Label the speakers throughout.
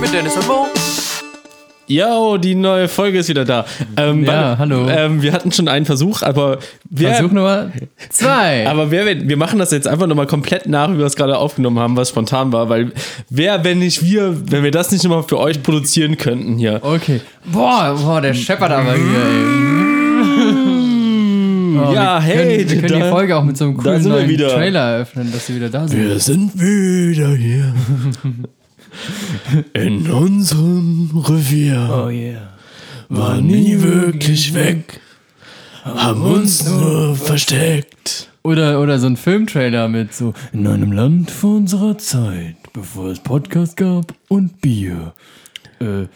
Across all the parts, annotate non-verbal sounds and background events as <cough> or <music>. Speaker 1: mit Dennis und Mo.
Speaker 2: Yo, die neue Folge ist wieder da. Ähm,
Speaker 3: Ja,
Speaker 2: warte,
Speaker 3: hallo.
Speaker 2: Ähm, wir hatten schon einen Versuch, aber wir,
Speaker 3: Versuch Nummer zwei.
Speaker 2: aber wer, wenn- wir machen das jetzt einfach nochmal komplett nach, wie wir es gerade aufgenommen haben, was spontan war, weil wer, wenn nicht wir, wenn wir das nicht nochmal für euch produzieren könnten hier.
Speaker 3: okay. Boah, boah, der scheppert aber hier, ey. Oh,
Speaker 2: Ja,
Speaker 3: wir
Speaker 2: hey,
Speaker 3: Können, wir können
Speaker 2: da-
Speaker 3: die Folge auch mit so einem
Speaker 2: da
Speaker 3: coolen
Speaker 2: sind wir
Speaker 3: neuen
Speaker 2: wieder.
Speaker 3: Trailer eröffnen, dass sie wieder da sind.
Speaker 2: Wir sind wieder
Speaker 3: <laughs>
Speaker 2: hier. In unserem Revier.
Speaker 3: Oh yeah.
Speaker 2: War nie wirklich weg. Haben uns nur versteckt.
Speaker 3: Oder, oder so ein Filmtrailer mit so In einem Land vor unserer Zeit, bevor es Podcast gab und Bier. Äh,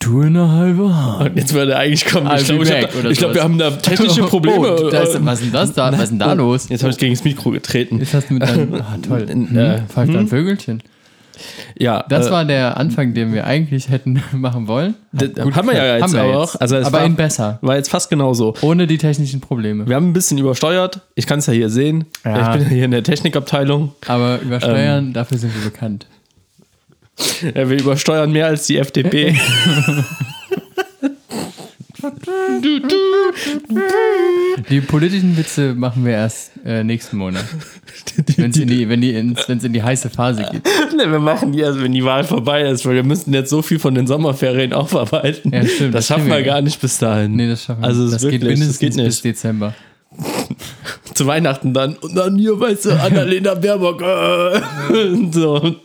Speaker 3: Tour in eine halbe Hand.
Speaker 2: Jetzt würde er eigentlich kommen.
Speaker 3: I'll
Speaker 2: Ich glaube,
Speaker 3: be
Speaker 2: ich
Speaker 3: back
Speaker 2: hab,
Speaker 3: Ah, oder
Speaker 2: ich glaub, wir
Speaker 3: sowas.
Speaker 2: haben
Speaker 3: <laughs>
Speaker 2: da technische Probleme.
Speaker 3: Oh, da ist, was ist denn das da? Was ist <laughs> denn da los?
Speaker 2: Jetzt habe ich gegen das Mikro getreten.
Speaker 3: Jetzt hast du mit deinem. Ah, toll.
Speaker 2: Äh,
Speaker 3: Hm? Pfeift ein Vögelchen.
Speaker 2: Ja,
Speaker 3: Das
Speaker 2: äh,
Speaker 3: war der Anfang, den wir eigentlich hätten <laughs> machen wollen.
Speaker 2: d- haben wir ja jetzt
Speaker 3: Haben wir
Speaker 2: aber
Speaker 3: jetzt.
Speaker 2: auch. Also es
Speaker 3: aber
Speaker 2: war,
Speaker 3: in besser.
Speaker 2: war jetzt fast genauso.
Speaker 3: Ohne die technischen Probleme.
Speaker 2: Wir haben ein bisschen übersteuert. Ich kann es ja hier sehen.
Speaker 3: Ja.
Speaker 2: Ich bin ja hier in der Technikabteilung.
Speaker 3: Aber übersteuern, dafür sind wir bekannt.
Speaker 2: Ja, wir übersteuern mehr als die FDP.
Speaker 3: Die politischen Witze machen wir erst äh, nächsten <laughs> Monat. <laughs> Wenn es in, die- wenn die ins- wenn's in die heiße Phase geht.
Speaker 2: <laughs> Ne, wir machen die erst, wenn die Wahl vorbei ist, weil wir müssen jetzt so viel von den Sommerferien aufarbeiten.
Speaker 3: Ja, stimmt,
Speaker 2: das
Speaker 3: das
Speaker 2: schaffen
Speaker 3: kriegen
Speaker 2: wir
Speaker 3: wir
Speaker 2: gar nicht bis dahin.
Speaker 3: Nee, das schaffen wir
Speaker 2: Also
Speaker 3: nicht.
Speaker 2: das
Speaker 3: Das
Speaker 2: wirklich,
Speaker 3: geht mindestens
Speaker 2: das geht nicht.
Speaker 3: bis Dezember.
Speaker 2: Zu Weihnachten dann. Und dann hier, weißt
Speaker 3: <laughs>
Speaker 2: du, Annalena Baerbock. <laughs> äh, und so.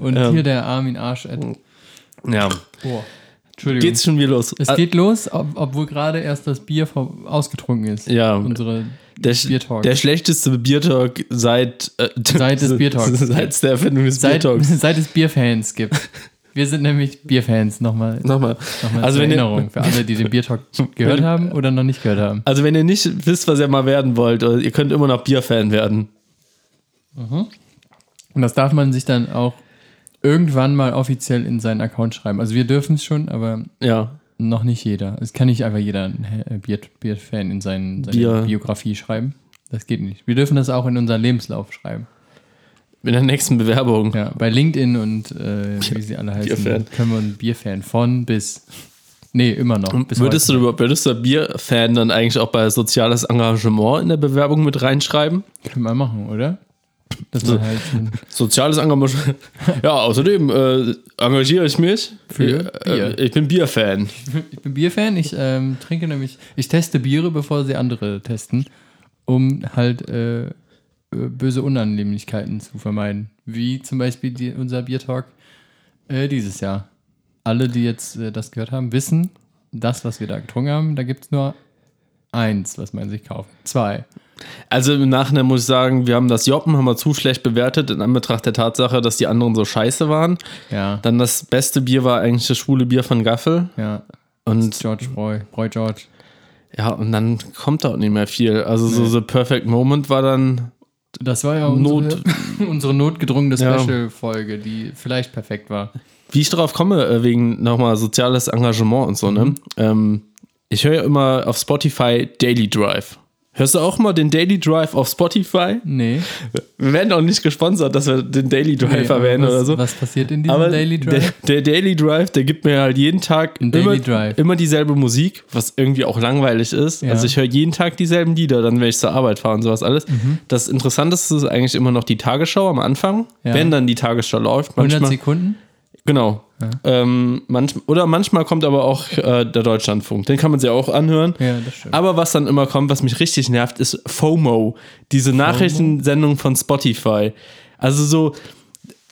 Speaker 3: Und
Speaker 2: Ähm.
Speaker 3: hier der Armin Arsch. At,
Speaker 2: Ja.
Speaker 3: oh, Entschuldigung.
Speaker 2: Geht's schon wieder los.
Speaker 3: es
Speaker 2: Ah,
Speaker 3: geht los, ob, obwohl gerade erst das Bier vor, ausgetrunken ist.
Speaker 2: Ja.
Speaker 3: Unsere
Speaker 2: der, Sch-
Speaker 3: Biertalk.
Speaker 2: der schlechteste Biertalk seit äh, <laughs>
Speaker 3: Seit des Biertalks.
Speaker 2: Seit der Erfindung des
Speaker 3: seit,
Speaker 2: Biertalks.
Speaker 3: <laughs> seit es Bierfans gibt. Wir sind nämlich Bierfans, nochmal
Speaker 2: Nochmal.
Speaker 3: Nochmal
Speaker 2: Also
Speaker 3: zur
Speaker 2: wenn, ihr,
Speaker 3: Erinnerung für alle, die
Speaker 2: <laughs>
Speaker 3: den Biertalk gehört haben oder noch nicht gehört haben.
Speaker 2: also wenn ihr nicht wisst, was ihr mal werden wollt, oder ihr könnt immer noch Bierfan werden.
Speaker 3: Und das darf man sich dann auch irgendwann mal offiziell in seinen Account schreiben. Also wir dürfen es schon, aber
Speaker 2: Ja.
Speaker 3: noch nicht jeder. Es kann nicht einfach jeder ein äh, Bier, Bierfan in seinen, seine
Speaker 2: Bier.
Speaker 3: Biografie schreiben. Das geht nicht. Wir dürfen das auch in unseren Lebenslauf schreiben.
Speaker 2: In der nächsten Bewerbung.
Speaker 3: Ja, bei LinkedIn und äh, wie sie alle heißen,
Speaker 2: Bierfan.
Speaker 3: können wir ein Bierfan von bis. Nee, immer noch. Bis
Speaker 2: Würdest du, überhaupt- würdest du Bierfan dann eigentlich auch bei soziales Engagement in der Bewerbung mit reinschreiben?
Speaker 3: Können wir machen, oder? Dass man halt
Speaker 2: <laughs>
Speaker 3: ein-
Speaker 2: Soziales Engagement. <laughs> Ja, außerdem äh, engagiere ich mich.
Speaker 3: Für
Speaker 2: äh, ich bin Bierfan.
Speaker 3: Ich bin Bierfan, ich ähm, trinke nämlich, ich teste Biere, bevor sie andere testen, um halt äh, äh, böse Unannehmlichkeiten zu vermeiden. Wie zum Beispiel die, unser Biertalk äh, dieses Jahr. Alle, die jetzt äh, das gehört haben, wissen, das, was wir da getrunken haben, da gibt es nur eins, was man sich kauft. Zwei.
Speaker 2: Also im Nachhinein muss ich sagen, wir haben das Joppen haben wir zu schlecht bewertet in Anbetracht der Tatsache, dass die anderen so scheiße waren.
Speaker 3: Ja.
Speaker 2: Dann das beste Bier war eigentlich das schwule Bier von Gaffel.
Speaker 3: ja.
Speaker 2: Und
Speaker 3: George Roy. Roy George.
Speaker 2: ja, und dann kommt da auch nicht mehr viel. Also so The Perfect Moment war dann.
Speaker 3: Das war ja unsere, unsere <laughs> notgedrungene
Speaker 2: Ja.
Speaker 3: Special-Folge, die vielleicht perfekt war.
Speaker 2: wie ich drauf komme, äh, wegen nochmal soziales Engagement und so, ne? Ähm, ich höre ja immer auf Spotify Daily Drive. Hörst du auch mal den Daily Drive auf Spotify?
Speaker 3: Nee.
Speaker 2: Wir werden auch nicht gesponsert, dass wir den Daily Drive
Speaker 3: aber
Speaker 2: erwähnen
Speaker 3: was,
Speaker 2: oder so.
Speaker 3: Was passiert in diesem
Speaker 2: Aber <laughs>
Speaker 3: Daily Drive?
Speaker 2: Der, der Daily Drive, der gibt mir halt jeden Tag
Speaker 3: Ein
Speaker 2: immer,
Speaker 3: Daily Drive.
Speaker 2: immer dieselbe Musik, was irgendwie auch langweilig ist.
Speaker 3: Ja.
Speaker 2: Also ich höre jeden Tag dieselben Lieder, dann wenn ich zur Arbeit fahre und sowas alles.
Speaker 3: Mhm.
Speaker 2: Das Interessanteste ist eigentlich immer noch die Tagesschau am Anfang,
Speaker 3: Ja.
Speaker 2: wenn dann die Tagesschau läuft.
Speaker 3: 100
Speaker 2: Manchmal-
Speaker 3: Sekunden?
Speaker 2: Genau. Ähm, manch, oder manchmal kommt aber auch äh, der Deutschlandfunk. Den kann man sich auch anhören.
Speaker 3: Ja, das stimmt.
Speaker 2: Aber was dann immer kommt, was mich richtig nervt, ist FOMO. Diese Nachrichtensendung von Spotify. Also so,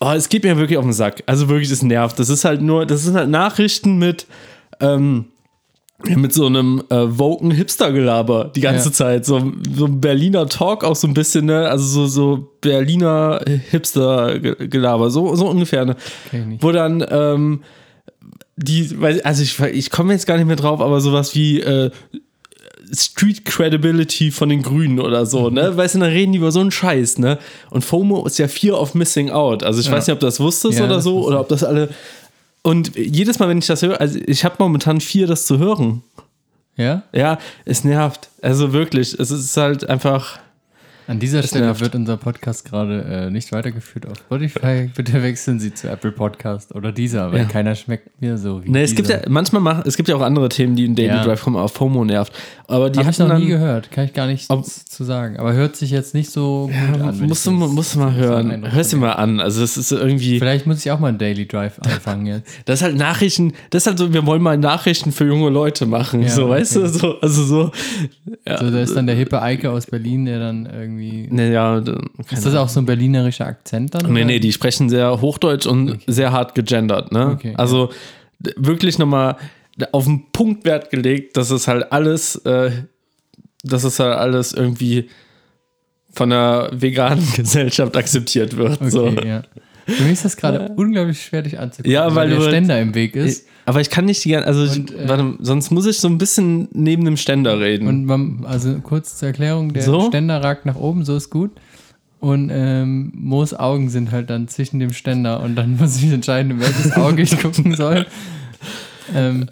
Speaker 2: oh, es geht mir wirklich auf den Sack. Also wirklich, es nervt. Das ist halt nur, das sind halt Nachrichten mit, ähm, mit so einem äh, woken Hipster-Gelaber die ganze
Speaker 3: Ja.
Speaker 2: Zeit. So, so ein Berliner Talk auch so ein bisschen, ne? Also so, so Berliner Hipster-Gelaber, so, so ungefähr. Ne?
Speaker 3: Kenn ich nicht.
Speaker 2: Wo dann ähm, die, weiß- also ich, ich komme jetzt gar nicht mehr drauf, aber sowas wie äh, Street Credibility von den Grünen oder so, ne?
Speaker 3: Mhm.
Speaker 2: Weißt du, dann reden die über so einen Scheiß, ne? Und FOMO ist ja Fear of Missing Out. Also ich weiß nicht, ob du das wusstest
Speaker 3: Ja,
Speaker 2: oder
Speaker 3: das
Speaker 2: so,
Speaker 3: wusste
Speaker 2: oder ob das alle. Und jedes Mal, wenn ich das höre, also ich habe momentan Fear, das zu hören.
Speaker 3: Ja?
Speaker 2: Ja, es nervt. Also wirklich, es ist halt einfach.
Speaker 3: An dieser Stelle
Speaker 2: nervt.
Speaker 3: wird unser Podcast gerade äh, nicht weitergeführt auf
Speaker 2: <laughs>
Speaker 3: Spotify. Bitte wechseln Sie zu Apple Podcast oder dieser, weil
Speaker 2: Ja.
Speaker 3: keiner schmeckt mir so wie
Speaker 2: Ne, es gibt ja,
Speaker 3: dieser.
Speaker 2: manchmal mach, es gibt ja auch andere Themen, die in Daily
Speaker 3: Ja.
Speaker 2: Drive kommen, auf FOMO nervt. Aber die
Speaker 3: Hab ich
Speaker 2: hatten
Speaker 3: noch
Speaker 2: dann,
Speaker 3: nie gehört, kann ich gar nicht
Speaker 2: Ob-
Speaker 3: zu sagen. Aber hört sich jetzt nicht so gut
Speaker 2: Ja,
Speaker 3: an. wenn
Speaker 2: musst
Speaker 3: ich
Speaker 2: du,
Speaker 3: das-
Speaker 2: musst du mal
Speaker 3: so einen
Speaker 2: hören.
Speaker 3: Eindruck
Speaker 2: Hörst dir
Speaker 3: von mir-
Speaker 2: mal an. Also, das ist irgendwie.
Speaker 3: Vielleicht muss ich auch mal einen Daily
Speaker 2: <laughs>
Speaker 3: Drive anfangen jetzt.
Speaker 2: Das ist halt Nachrichten. Das ist halt so, wir wollen mal Nachrichten für junge Leute machen.
Speaker 3: Ja,
Speaker 2: so,
Speaker 3: okay.
Speaker 2: weißt du? So, also, so. Ja,
Speaker 3: So, da ist dann der hippe Eike aus Berlin, der dann irgendwie.
Speaker 2: ne, ja, d-
Speaker 3: Ist
Speaker 2: keine
Speaker 3: das auch so ein berlinerischer Akzent dann?
Speaker 2: Nee,
Speaker 3: oder?
Speaker 2: nee, die sprechen sehr hochdeutsch und sehr hart gegendert, ne?
Speaker 3: Okay,
Speaker 2: also d- wirklich nochmal auf den Punkt Wert gelegt, dass es halt alles, äh, dass es halt alles irgendwie von der veganen <laughs> Gesellschaft akzeptiert wird. <laughs>
Speaker 3: Okay,
Speaker 2: so.
Speaker 3: ja. Für mich ist das gerade unglaublich schwer, dich anzugucken,
Speaker 2: Ja, weil
Speaker 3: der
Speaker 2: du- halt
Speaker 3: Ständer im Weg ist.
Speaker 2: Aber ich kann nicht die ganze, also
Speaker 3: Und,
Speaker 2: ich,
Speaker 3: äh,
Speaker 2: warte, sonst muss ich so ein bisschen neben dem Ständer reden.
Speaker 3: Und man, also kurz zur Erklärung, der
Speaker 2: So?
Speaker 3: Ständer ragt nach oben, so ist gut. Und ähm, Moos Augen sind halt dann zwischen dem Ständer und dann <laughs> muss ich mich entscheiden, in welches Auge ich gucken
Speaker 2: <laughs>
Speaker 3: soll. Ähm,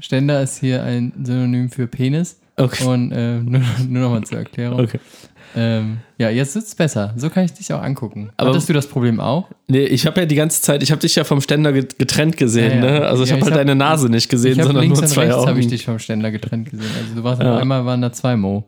Speaker 3: Ständer ist hier ein Synonym für Penis.
Speaker 2: Okay.
Speaker 3: Und ähm, nur, nur nochmal zur Erklärung.
Speaker 2: okay.
Speaker 3: Ähm, ja, jetzt sitzt besser. So kann ich dich auch angucken.
Speaker 2: Aber-
Speaker 3: Hattest du das Problem auch?
Speaker 2: Nee, ich habe ja die ganze Zeit, ich habe dich ja vom Ständer get- getrennt gesehen,
Speaker 3: Ja, ja.
Speaker 2: ne? Also ich
Speaker 3: Ja,
Speaker 2: habe
Speaker 3: ich
Speaker 2: halt
Speaker 3: hab-
Speaker 2: deine Nase nicht gesehen,
Speaker 3: ich habe
Speaker 2: sondern
Speaker 3: links
Speaker 2: nur
Speaker 3: und
Speaker 2: zwei
Speaker 3: rechts habe ich
Speaker 2: Augen.
Speaker 3: dich vom Ständer getrennt gesehen. Also du warst
Speaker 2: Ja.
Speaker 3: auf einmal waren da zwei Mo.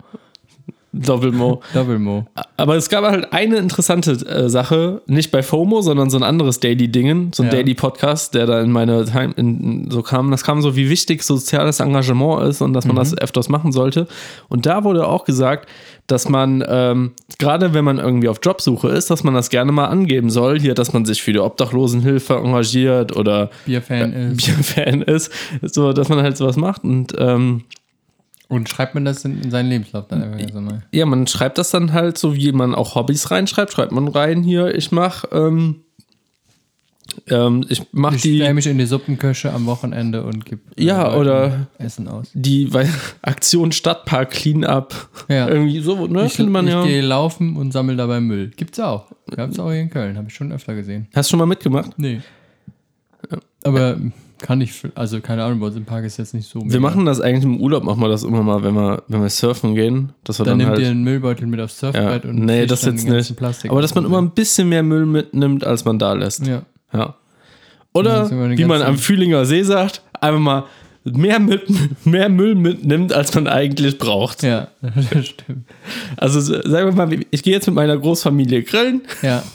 Speaker 2: Doppelmo.
Speaker 3: Doppelmo.
Speaker 2: Aber es gab halt eine interessante äh, Sache, nicht bei FOMO, sondern so ein anderes Daily-Dingen, so ein
Speaker 3: Ja.
Speaker 2: Daily-Podcast, der da in meine Time, in, in- so kam, das kam so, wie wichtig soziales Engagement ist und dass man
Speaker 3: Mhm.
Speaker 2: das öfters machen sollte. Und da wurde auch gesagt, dass man, ähm, gerade wenn man irgendwie auf Jobsuche ist, dass man das gerne mal angeben soll, hier, dass man sich für die Obdachlosenhilfe engagiert oder
Speaker 3: Bierfan ist.
Speaker 2: Bierfan <laughs> ist, so, dass man halt sowas macht und, ähm,
Speaker 3: Und schreibt man das in, in seinen Lebenslauf dann einfach ganz normal?
Speaker 2: Ja, man schreibt das dann halt so, wie man auch Hobbys reinschreibt, schreibt man rein hier, ich mach, ähm, ähm, ich mach
Speaker 3: Ich stelle
Speaker 2: die,
Speaker 3: mich in die Suppenköche am Wochenende und gebe
Speaker 2: Ja, oder-
Speaker 3: Essen aus.
Speaker 2: die weil, <laughs> Aktion Stadtpark Cleanup.
Speaker 3: Ja.
Speaker 2: Irgendwie so, ne?
Speaker 3: Ich,
Speaker 2: findet man
Speaker 3: ich
Speaker 2: ja.
Speaker 3: gehe laufen und sammle dabei Müll. Gibt's auch. Gab's auch hier in Köln, habe ich schon öfter gesehen.
Speaker 2: Hast du schon mal mitgemacht?
Speaker 3: Nee. Aber kann ich, also keine Ahnung, bei uns im Park ist jetzt nicht so.
Speaker 2: Wir machen das eigentlich im Urlaub, machen wir das immer mal, wenn wir, wenn wir surfen gehen. Dass wir
Speaker 3: Dann
Speaker 2: dann,
Speaker 3: nehmt
Speaker 2: halt,
Speaker 3: ihr einen Müllbeutel mit aufs
Speaker 2: ja,
Speaker 3: Surfbrett und
Speaker 2: Nee,
Speaker 3: fischt
Speaker 2: das
Speaker 3: dann
Speaker 2: jetzt
Speaker 3: den ganzen
Speaker 2: nicht.
Speaker 3: Plastik ne?
Speaker 2: Aber dass man
Speaker 3: aus.
Speaker 2: immer ein bisschen mehr Müll mitnimmt, als man da lässt.
Speaker 3: Ja.
Speaker 2: Ja. Oder,
Speaker 3: Das ist immer eine
Speaker 2: wie man
Speaker 3: ganze-
Speaker 2: am Fühlinger See sagt, einfach mal mehr, mit, mehr Müll mitnimmt, als man eigentlich braucht.
Speaker 3: Ja, <laughs> das stimmt.
Speaker 2: Also s- sagen wir mal, ich gehe jetzt mit meiner Großfamilie grillen
Speaker 3: Ja.
Speaker 2: <laughs>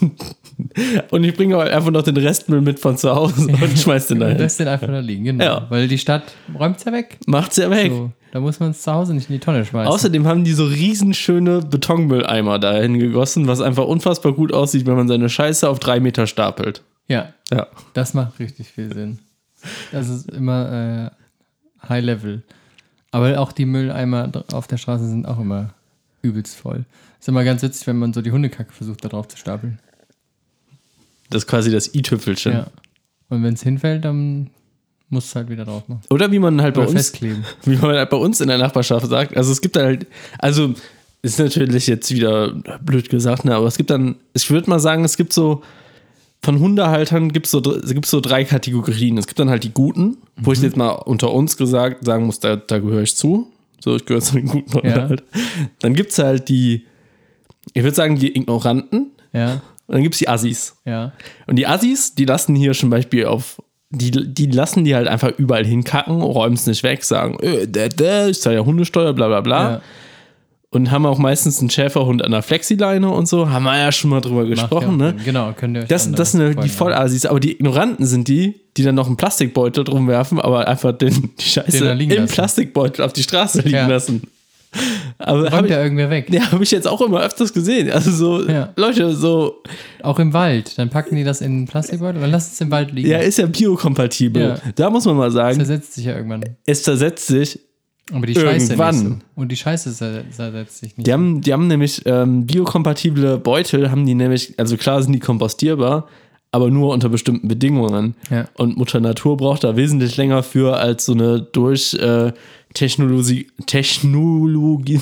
Speaker 2: und ich bringe halt einfach noch den Restmüll mit von zu Hause und schmeiß den dahin.
Speaker 3: Lässt den einfach da liegen, genau.
Speaker 2: Ja.
Speaker 3: Weil die Stadt räumt's ja weg.
Speaker 2: Macht's ja weg.
Speaker 3: So, da muss man es zu Hause nicht in die Tonne schmeißen.
Speaker 2: Außerdem haben die so riesenschöne Betonmülleimer dahin gegossen, was einfach unfassbar gut aussieht, wenn man seine Scheiße auf drei Meter stapelt.
Speaker 3: ja,
Speaker 2: Ja.
Speaker 3: das macht richtig viel Sinn. Das ist immer äh, High Level. Aber auch die Mülleimer dr- auf der Straße sind auch immer übelst voll. Ist immer ganz witzig, wenn man so die Hundekacke versucht, da drauf zu stapeln.
Speaker 2: Das ist quasi das i-Tüpfelchen.
Speaker 3: Ja. Und wenn es hinfällt, dann muss es halt wieder drauf machen.
Speaker 2: Oder wie man halt bei
Speaker 3: Oder
Speaker 2: uns
Speaker 3: festkleben.
Speaker 2: wie man halt bei uns in der Nachbarschaft sagt. Also es gibt dann halt, also ist natürlich jetzt wieder blöd gesagt, ne, aber es gibt dann, ich würde mal sagen, es gibt so, von Hundehaltern gibt es so, dr- gibt's so drei Kategorien. Es gibt dann halt die Guten, wo ich jetzt mal unter uns gesagt sagen muss, da, da gehöre ich zu. So, ich gehöre zu den Guten.
Speaker 3: Ja.
Speaker 2: Halt. Dann gibt es halt die, ich würde sagen, die Ignoranten
Speaker 3: Ja,
Speaker 2: und dann gibt es die Assis.
Speaker 3: ja.
Speaker 2: Und die Assis, die lassen hier zum Beispiel auf. Die, die lassen die halt einfach überall hinkacken, räumen es nicht weg, sagen, äh, dä, dä, ich zahle ja Hundesteuer, bla bla bla.
Speaker 3: ja.
Speaker 2: Und haben auch meistens einen Schäferhund an der Flexileine und so. Haben wir ja schon mal drüber
Speaker 3: Macht ja auch
Speaker 2: gesprochen, ne?
Speaker 3: Sinn. Genau, könnt ihr euch
Speaker 2: Das,
Speaker 3: andere
Speaker 2: das sind halt die
Speaker 3: Folgen
Speaker 2: Vollassis, aber die Ignoranten sind die, die dann noch einen Plastikbeutel drum werfen, aber einfach den, die Scheiße
Speaker 3: Den da
Speaker 2: im
Speaker 3: liegen lassen.
Speaker 2: Plastikbeutel auf die Straße liegen
Speaker 3: Ja.
Speaker 2: lassen. Aber habe
Speaker 3: Räumt
Speaker 2: ich,
Speaker 3: ja irgendwer weg.
Speaker 2: ja, hab ich jetzt auch immer öfters gesehen. Also so,
Speaker 3: Ja.
Speaker 2: Leute, so,
Speaker 3: Auch im Wald. Dann packen die das in einen Plastikbeutel und lassen es im Wald liegen.
Speaker 2: ja, ist ja biokompatibel.
Speaker 3: Ja.
Speaker 2: Da muss man mal
Speaker 3: Das
Speaker 2: sagen,
Speaker 3: zersetzt sich ja irgendwann.
Speaker 2: es zersetzt sich.
Speaker 3: Aber die Scheiße
Speaker 2: Irgendwann.
Speaker 3: nicht so. Und die Scheiße zer- zersetzt sich nicht.
Speaker 2: Die haben, die haben nämlich ähm, biokompatible Beutel, haben die nämlich, also klar sind die kompostierbar, aber nur unter bestimmten Bedingungen.
Speaker 3: Ja.
Speaker 2: Und Mutter Natur braucht da wesentlich länger für <laughs> als so eine durch äh, Technologie, Technologie,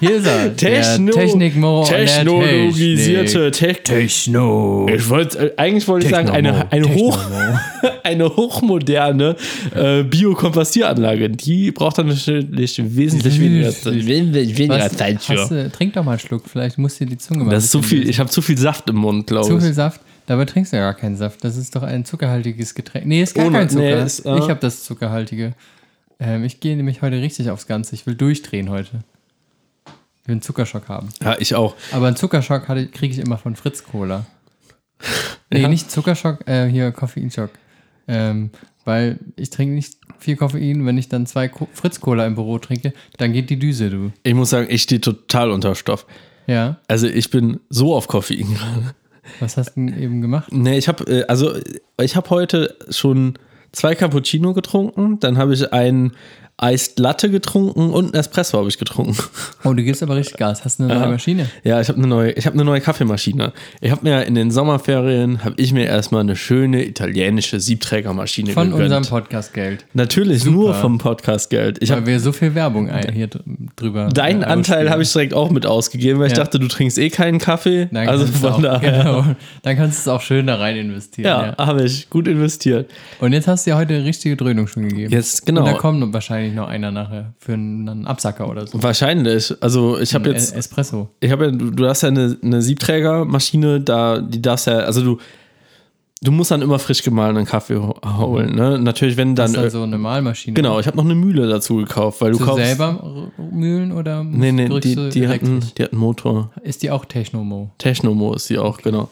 Speaker 3: Hier ist er.
Speaker 2: Techno-
Speaker 3: der Technikmoro an der
Speaker 2: Technologisierte Technik.
Speaker 3: Techno.
Speaker 2: Ich wollte, äh, eigentlich wollte ich sagen, eine, eine, hoch, <laughs> eine hochmoderne äh, Biokompostieranlage. Die braucht dann natürlich wesentlich weniger, Hm, wesentlich weniger
Speaker 3: Was,
Speaker 2: Zeit
Speaker 3: hast
Speaker 2: für.
Speaker 3: du, trink doch mal einen Schluck, vielleicht muss dir die Zunge mal. ein
Speaker 2: Das ist so
Speaker 3: bisschen-
Speaker 2: viel, ich habe zu viel Saft im Mund, glaube
Speaker 3: Zu viel
Speaker 2: ich.
Speaker 3: Saft. Dabei trinkst du ja gar keinen Saft. Das ist doch ein zuckerhaltiges Getränk. Nee, ist gar
Speaker 2: Ohne-
Speaker 3: kein Zucker.
Speaker 2: nee, ist, äh,
Speaker 3: ich habe das zuckerhaltige. Ähm, ich gehe nämlich heute richtig aufs Ganze. Ich will durchdrehen heute. Ich will einen Zuckerschock haben.
Speaker 2: Ja, ich auch.
Speaker 3: Aber einen Zuckerschock hatte- kriege ich immer von Fritz Cola. Nee, nicht Zuckerschock, äh, hier Koffeinschock. Ähm, weil ich trinke nicht viel Koffein. Wenn ich dann zwei Co Fritz Cola im Büro trinke, dann geht die Düse, du.
Speaker 2: Ich muss sagen, ich stehe total unter Stoff.
Speaker 3: Ja.
Speaker 2: Also ich bin so auf Koffein gerade.
Speaker 3: Was hast du denn eben gemacht?
Speaker 2: Nee, ich habe äh, also äh, ich habe heute schon zwei Cappuccino getrunken, dann habe ich einen Eist Latte getrunken und einen Espresso habe ich getrunken. <laughs>
Speaker 3: Oh, du gibst aber richtig Gas. Hast du eine neue Maschine?
Speaker 2: Ja, ich habe eine neue, ich habe eine neue Kaffeemaschine. Ich habe mir in den Sommerferien habe ich mir erstmal eine schöne italienische Siebträgermaschine
Speaker 3: Von
Speaker 2: gegönnt.
Speaker 3: unserem Podcast-Geld.
Speaker 2: Natürlich nur vom Podcastgeld. Ich habe
Speaker 3: Weil wir so viel Werbung ein, hier dr- drüber.
Speaker 2: deinen Anteil habe ich direkt auch mit ausgegeben, weil ich
Speaker 3: Ja.
Speaker 2: dachte, du trinkst eh keinen Kaffee.
Speaker 3: Dann
Speaker 2: also
Speaker 3: kannst du
Speaker 2: von
Speaker 3: auch,
Speaker 2: daher.
Speaker 3: <laughs> genau, Dann kannst du es auch schön da rein investieren.
Speaker 2: Ja,
Speaker 3: Ja.
Speaker 2: habe ich gut investiert.
Speaker 3: Und jetzt hast du dir heute eine richtige Dröhnung schon gegeben.
Speaker 2: Jetzt,
Speaker 3: Und da
Speaker 2: genau.
Speaker 3: kommt noch wahrscheinlich noch einer nachher für einen einen Absacker oder so.
Speaker 2: Wahrscheinlich. Also ich habe
Speaker 3: Ein
Speaker 2: jetzt,
Speaker 3: Espresso.
Speaker 2: ich habe ja, du du hast ja eine, eine Siebträgermaschine, da die darfst ja, also du, du musst dann immer frisch gemahlenen Kaffee ho- holen. Ne? Natürlich, wenn
Speaker 3: Das
Speaker 2: dann,
Speaker 3: ist dann so eine Mahlmaschine.
Speaker 2: genau. Ich habe noch eine Mühle dazu gekauft, weil du
Speaker 3: Du
Speaker 2: kaufst.
Speaker 3: selber r- mühlen oder musst-
Speaker 2: Nee, nee,
Speaker 3: drückst
Speaker 2: die,
Speaker 3: du
Speaker 2: die, hatten,
Speaker 3: elektrisch?
Speaker 2: die hatten Motor.
Speaker 3: Ist die auch Technomo?
Speaker 2: Technomo ist die auch, genau.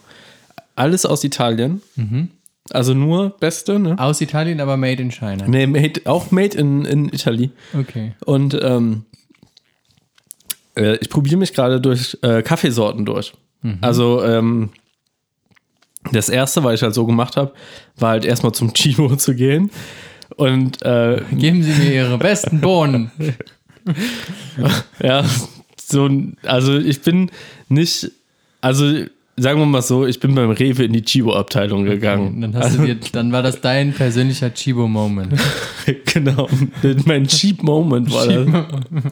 Speaker 2: Alles aus Italien.
Speaker 3: Mhm.
Speaker 2: Also nur beste, ne?
Speaker 3: Aus Italien, aber made in China.
Speaker 2: Nee, made, auch made in, in Italy.
Speaker 3: Okay.
Speaker 2: Und ähm, äh, ich probiere mich gerade durch äh, Kaffeesorten durch.
Speaker 3: Mhm.
Speaker 2: Also ähm, das erste, was ich halt so gemacht habe, war halt erstmal zum <laughs> Chimo zu gehen. Und äh,
Speaker 3: Geben Sie mir Ihre besten Bohnen.
Speaker 2: ja, so, ein- also ich bin nicht, also sagen wir mal so, ich bin beim Rewe in die Chibo-Abteilung <laughs> gegangen. Also-
Speaker 3: Dann, hast du dir, dann war das dein persönlicher Chibo-Moment.
Speaker 2: <laughs> genau, mein Cheap Moment war das.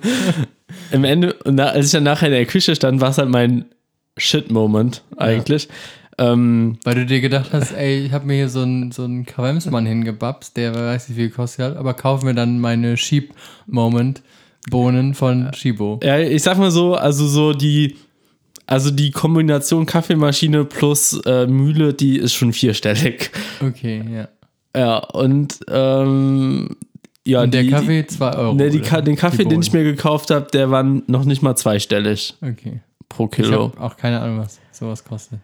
Speaker 2: Im Ende, und na- als ich dann nachher in der Küche stand, war es halt mein Shit-Moment eigentlich. Ähm,
Speaker 3: Weil du dir gedacht hast, ey, ich habe mir hier so einen so einen Kramsmann hingebapst, der weiß nicht, wie viel kostet hat, aber kauf mir dann meine Sheep Moment Bohnen von Shibo.
Speaker 2: ja, ich sag mal so, also so die, also die Kombination Kaffeemaschine plus äh, Mühle, die ist schon vierstellig.
Speaker 3: Okay, ja.
Speaker 2: Ja, und ähm, ja,
Speaker 3: Und der
Speaker 2: die,
Speaker 3: Kaffee 2 Euro.
Speaker 2: Die, ne, die,
Speaker 3: oder?
Speaker 2: Ka- den Kaffee,
Speaker 3: Die
Speaker 2: den ich mir gekauft habe, der war noch nicht mal zweistellig
Speaker 3: Bohnen. Okay.
Speaker 2: pro
Speaker 3: Ich
Speaker 2: Kilo.
Speaker 3: habe auch keine Ahnung, was sowas kostet.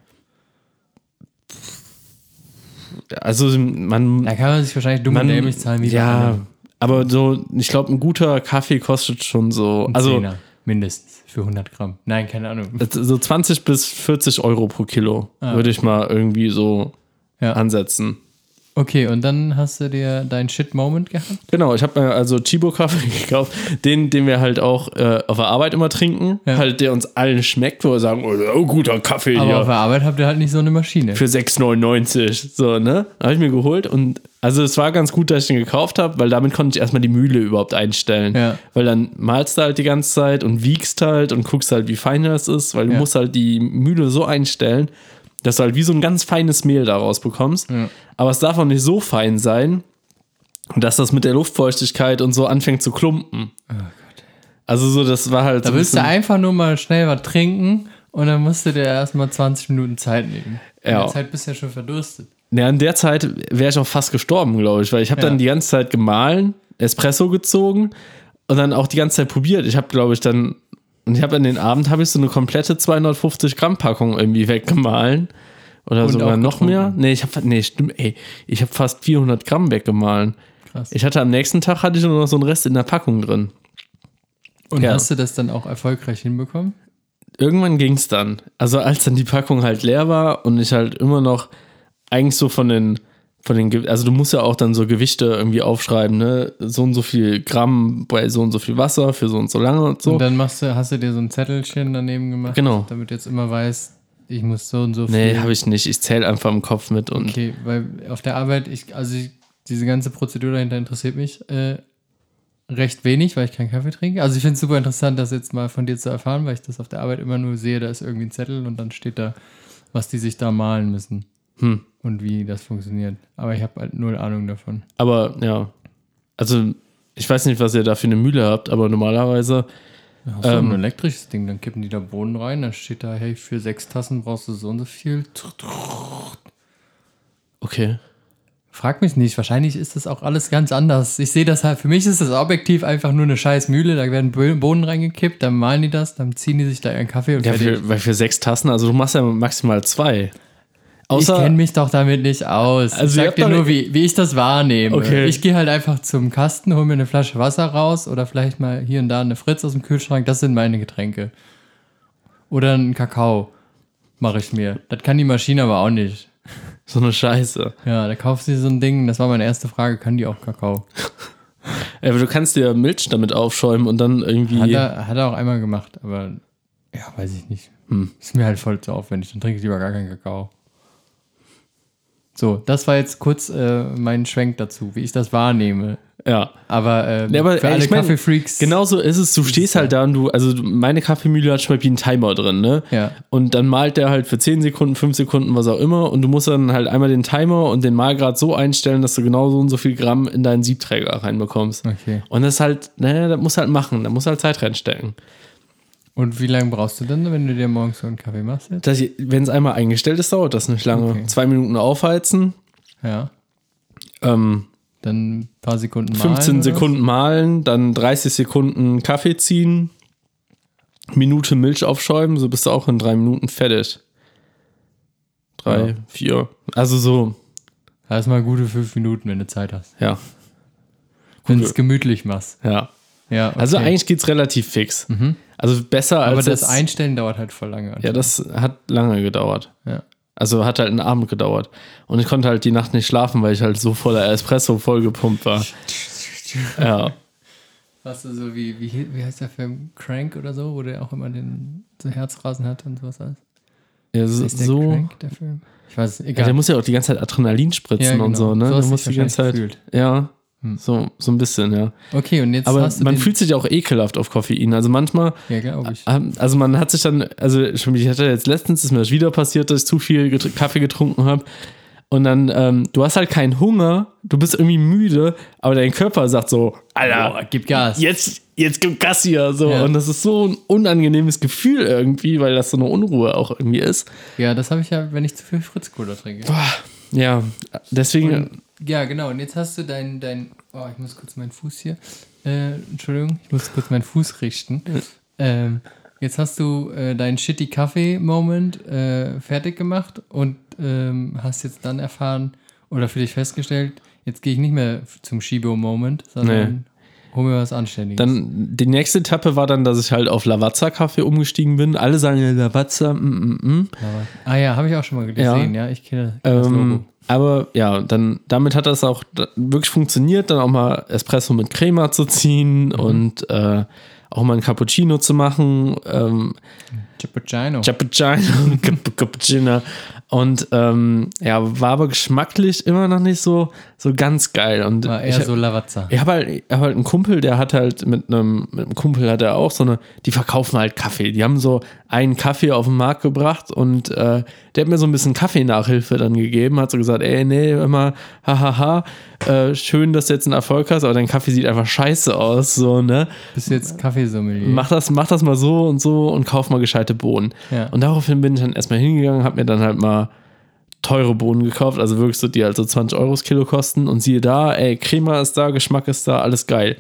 Speaker 2: Also man,
Speaker 3: Da kann man sich wahrscheinlich dumm und
Speaker 2: Man-
Speaker 3: dämlich zahlen wie bei
Speaker 2: Ja,
Speaker 3: einem
Speaker 2: aber so, ich glaube, ein guter Kaffee kostet schon so, also
Speaker 3: Um Zehner, mindestens für 100 Gramm. Nein, keine Ahnung.
Speaker 2: so 20 bis 40 Euro pro Kilo,
Speaker 3: Ah.
Speaker 2: würde ich mal irgendwie so
Speaker 3: Ja.
Speaker 2: ansetzen.
Speaker 3: Okay, und dann hast du dir deinen Shit Moment gehabt?
Speaker 2: Genau, ich habe mir also Chibo-Kaffee <laughs> gekauft, den, den wir halt auch äh, auf der Arbeit immer trinken,
Speaker 3: Ja.
Speaker 2: halt der uns allen schmeckt, wo wir sagen, oh, oh guter Kaffee
Speaker 3: Aber auf
Speaker 2: hier
Speaker 3: der Arbeit habt ihr halt nicht so eine Maschine.
Speaker 2: für 6,99, so, ne? Habe ich mir geholt und also es war ganz gut, dass ich den gekauft habe, weil damit konnte ich erstmal die Mühle überhaupt einstellen.
Speaker 3: Ja.
Speaker 2: Weil dann malst du halt die ganze Zeit und wiegst halt und guckst halt, wie fein das ist, weil du
Speaker 3: Ja.
Speaker 2: musst halt die Mühle so einstellen, dass du halt wie so ein ganz feines Mehl daraus bekommst. Aber es darf auch nicht so fein sein, dass das mit der Luftfeuchtigkeit und so anfängt zu klumpen. Also so, das war halt
Speaker 3: Oh Da
Speaker 2: so ein
Speaker 3: willst du
Speaker 2: bisschen-
Speaker 3: einfach nur mal schnell was trinken und dann musst du dir erstmal 20 Minuten Zeit nehmen. In
Speaker 2: Ja.
Speaker 3: der Zeit bist du ja schon verdurstet.
Speaker 2: Ja, in der Zeit wäre ich auch fast gestorben, glaube ich, weil ich habe
Speaker 3: Ja.
Speaker 2: dann die ganze Zeit gemahlen, Espresso gezogen und dann auch die ganze Zeit probiert. Ich habe, glaube ich, dann und ich habe an den Abend habe ich so eine komplette 250 Gramm Packung irgendwie weggemahlen oder
Speaker 3: Und
Speaker 2: sogar
Speaker 3: auch
Speaker 2: noch mehr. Nee, ich habe nee, stimmt, ey, ich habe fast 400 Gramm weggemahlen.
Speaker 3: Krass.
Speaker 2: Ich hatte am nächsten Tag hatte ich nur noch so einen Rest in der Packung drin.
Speaker 3: Und
Speaker 2: Ja.
Speaker 3: hast du das dann auch erfolgreich hinbekommen?
Speaker 2: irgendwann ging es dann. Also als dann die Packung halt leer war und ich halt immer noch eigentlich so von den, von den, Ge- also du musst ja auch dann so Gewichte irgendwie aufschreiben, ne? So und so viel Gramm bei so und so viel Wasser für so und so lange und so.
Speaker 3: Und dann machst du, hast du dir so ein Zettelchen daneben gemacht,
Speaker 2: Genau.
Speaker 3: damit du jetzt immer weißt, ich muss so und so
Speaker 2: nee,
Speaker 3: viel.
Speaker 2: habe ich nicht. Ich zähle einfach im Kopf mit und
Speaker 3: Okay, weil auf der Arbeit, ich, also ich, diese ganze Prozedur dahinter interessiert mich äh, recht wenig, weil ich keinen Kaffee trinke. Also ich finde es super interessant, das jetzt mal von dir zu erfahren, weil ich das auf der Arbeit immer nur sehe, da ist irgendwie ein Zettel und dann steht da, was die sich da malen müssen
Speaker 2: Hm.
Speaker 3: und wie das funktioniert. Aber ich habe halt null Ahnung davon.
Speaker 2: Aber ja, also ich weiß nicht, was ihr da für eine Mühle habt, aber normalerweise,
Speaker 3: Hast du ein elektrisches Ding, dann kippen die da Boden rein, dann steht da, hey, für sechs Tassen brauchst du so und so viel.
Speaker 2: okay,
Speaker 3: Frag mich nicht, wahrscheinlich ist das auch alles ganz anders. Ich sehe das halt, für mich ist das objektiv einfach nur eine scheiß Mühle, da werden Bö- Bohnen reingekippt, dann malen die das, dann ziehen die sich da ihren Kaffee und
Speaker 2: ja,
Speaker 3: fertig.
Speaker 2: für, weil für sechs Tassen, also du machst ja maximal zwei.
Speaker 3: ich
Speaker 2: Außer,
Speaker 3: kenne mich doch damit nicht aus.
Speaker 2: Also
Speaker 3: Also
Speaker 2: ihr
Speaker 3: ich sag
Speaker 2: habt
Speaker 3: dir
Speaker 2: doch
Speaker 3: nur,
Speaker 2: nicht-
Speaker 3: wie, wie ich das wahrnehme.
Speaker 2: Okay.
Speaker 3: Ich gehe halt einfach zum Kasten, hole mir eine Flasche Wasser raus oder vielleicht mal hier und da eine Fritz aus dem Kühlschrank. Das sind meine Getränke. Oder einen Kakao mache ich mir. Das kann die Maschine aber auch nicht.
Speaker 2: so eine Scheiße.
Speaker 3: Ja, da kaufst du dir so ein Ding. Das war meine erste Frage. Kann die auch Kakao?
Speaker 2: Ja, aber du kannst dir Milch damit aufschäumen und dann
Speaker 3: Hat
Speaker 2: irgendwie.
Speaker 3: er, hat er auch einmal gemacht, aber ja, weiß ich nicht.
Speaker 2: Hm.
Speaker 3: Ist mir halt voll zu aufwendig. Dann trinke ich lieber gar keinen Kakao. So, das war jetzt kurz äh, mein Schwenk dazu, wie ich das wahrnehme.
Speaker 2: Ja.
Speaker 3: Aber, ähm,
Speaker 2: Ja, aber,
Speaker 3: für
Speaker 2: äh,
Speaker 3: alle
Speaker 2: ich mein, genau.
Speaker 3: Kaffeefreaks.
Speaker 2: Genauso ist es, du stehst halt da und du, also du- meine Kaffeemühle hat zum Beispiel einen Timer drin, ne?
Speaker 3: Ja.
Speaker 2: Und dann malt der halt für 10 Sekunden, 5 Sekunden, was auch immer. Und du musst dann halt einmal den Timer und den Malgrad so einstellen, dass du genau so und so viel Gramm in deinen Siebträger reinbekommst.
Speaker 3: Okay.
Speaker 2: Und das ist halt, ne, das muss halt machen, da muss halt Zeit reinstecken.
Speaker 3: Und wie lange brauchst du denn, wenn du dir morgens so einen Kaffee machst jetzt?
Speaker 2: Wenn es einmal eingestellt ist, dauert das nicht lange.
Speaker 3: Okay.
Speaker 2: Zwei Minuten aufheizen,
Speaker 3: Ja.
Speaker 2: ähm,
Speaker 3: Dann ein paar Sekunden malen.
Speaker 2: 15
Speaker 3: oder so?
Speaker 2: Sekunden mahlen, dann 30 Sekunden Kaffee ziehen, Minute Milch aufschäumen, so bist du auch in drei Minuten fertig. Drei,
Speaker 3: Ja.
Speaker 2: vier. Also so,
Speaker 3: Das ist mal gute fünf Minuten, wenn du Zeit hast.
Speaker 2: ja,
Speaker 3: Wenn du
Speaker 2: Gute.
Speaker 3: es gemütlich machst.
Speaker 2: ja.
Speaker 3: Ja, okay. Mhm.
Speaker 2: Also eigentlich geht's relativ fix. Also besser
Speaker 3: Aber
Speaker 2: als
Speaker 3: das
Speaker 2: jetzt-
Speaker 3: Einstellen dauert halt voll lange.
Speaker 2: Ja, das hat lange gedauert.
Speaker 3: Ja.
Speaker 2: Also hat halt einen Abend gedauert. Und ich konnte halt die Nacht nicht schlafen, weil ich halt so voller Espresso vollgepumpt
Speaker 3: <laughs>
Speaker 2: war. ja.
Speaker 3: Warst du so wie, wie, wie heißt der Film? Crank oder so, wo der auch immer den so Herzrasen hat und sowas alles?
Speaker 2: ja so,
Speaker 3: Ist der
Speaker 2: so
Speaker 3: Crank, der Film? Ich weiß es,
Speaker 2: Ja,
Speaker 3: egal.
Speaker 2: Also, der muss ja auch die ganze Zeit Adrenalin spritzen
Speaker 3: Ja, genau.
Speaker 2: und so, ne?
Speaker 3: So
Speaker 2: So du
Speaker 3: hast du
Speaker 2: musst die
Speaker 3: dich
Speaker 2: ganze Zeit.
Speaker 3: wahrscheinlich
Speaker 2: Ja, so, so ein bisschen, ja.
Speaker 3: okay, und jetzt
Speaker 2: Aber
Speaker 3: hast du
Speaker 2: man
Speaker 3: den,
Speaker 2: fühlt sich auch ekelhaft auf Koffein. Also manchmal,
Speaker 3: Ja, glaube ich.
Speaker 2: ähm, also man hat sich dann, also schon, ich hatte jetzt letztens, ist mir das wieder passiert, dass ich zu viel getr- Kaffee getrunken habe. Und dann, ähm, du hast halt keinen Hunger, du bist irgendwie müde, aber dein Körper sagt so, Alter,
Speaker 3: Boah, gib Gas.
Speaker 2: jetzt, jetzt gib Gas hier. So.
Speaker 3: Ja.
Speaker 2: Und das ist so ein unangenehmes Gefühl irgendwie, weil das so eine Unruhe auch irgendwie ist.
Speaker 3: Ja, das habe ich ja, wenn ich zu viel Fritz-Cola trinke.
Speaker 2: Ja, deswegen.
Speaker 3: Ja, genau. Und jetzt hast du dein, dein oh, ich muss kurz meinen Fuß hier, äh, Entschuldigung, ich muss kurz meinen Fuß richten. Ähm, jetzt hast du äh, deinen shitty Kaffee-Moment äh, fertig gemacht und ähm, hast jetzt dann erfahren oder für dich festgestellt, jetzt gehe ich nicht mehr f- zum Shibo-Moment, sondern hol mir was Anständiges.
Speaker 2: Dann die nächste Etappe war dann, dass ich halt auf Lavazza-Kaffee umgestiegen bin. Alle sagen ja, Lavazza, mm, mm, mm.
Speaker 3: Aber, ah ja, habe ich auch schon mal gesehen, ja, ich kenne kenn das
Speaker 2: Ähm,
Speaker 3: Logo.
Speaker 2: aber ja, dann damit hat das auch da- wirklich funktioniert, dann auch mal Espresso mit Crema zu ziehen
Speaker 3: Mhm.
Speaker 2: und äh, auch mal ein Cappuccino zu machen, ähm,
Speaker 3: Cappuccino.
Speaker 2: Cappuccino, <laughs> Capp- Cappuccino. Und ähm, ja, war aber geschmacklich immer noch nicht so, so ganz geil. Und
Speaker 3: War
Speaker 2: ich
Speaker 3: eher so Lavazza.
Speaker 2: Ich habe halt, ich hab halt einen Kumpel, der hat halt mit einem, mit einem Kumpel hat er auch so eine, die verkaufen halt Kaffee. Die haben so einen Kaffee auf den Markt gebracht und äh, der hat mir so ein bisschen Kaffeenachhilfe dann gegeben, hat so gesagt, ey, nee, immer, hahaha, äh, schön, dass du jetzt einen Erfolg hast, aber dein Kaffee sieht einfach scheiße aus, so, ne?
Speaker 3: Bist du jetzt Kaffeesommelier?
Speaker 2: Mach das, mach das mal so und so und kauf mal gescheite Bohnen.
Speaker 3: Ja.
Speaker 2: Und daraufhin bin ich dann erstmal hingegangen, habe mir dann halt mal teure Bohnen gekauft, also wirklich so, die halt so 20 Euro das Kilo kosten und siehe da, ey, Crema ist da, Geschmack ist da, alles geil.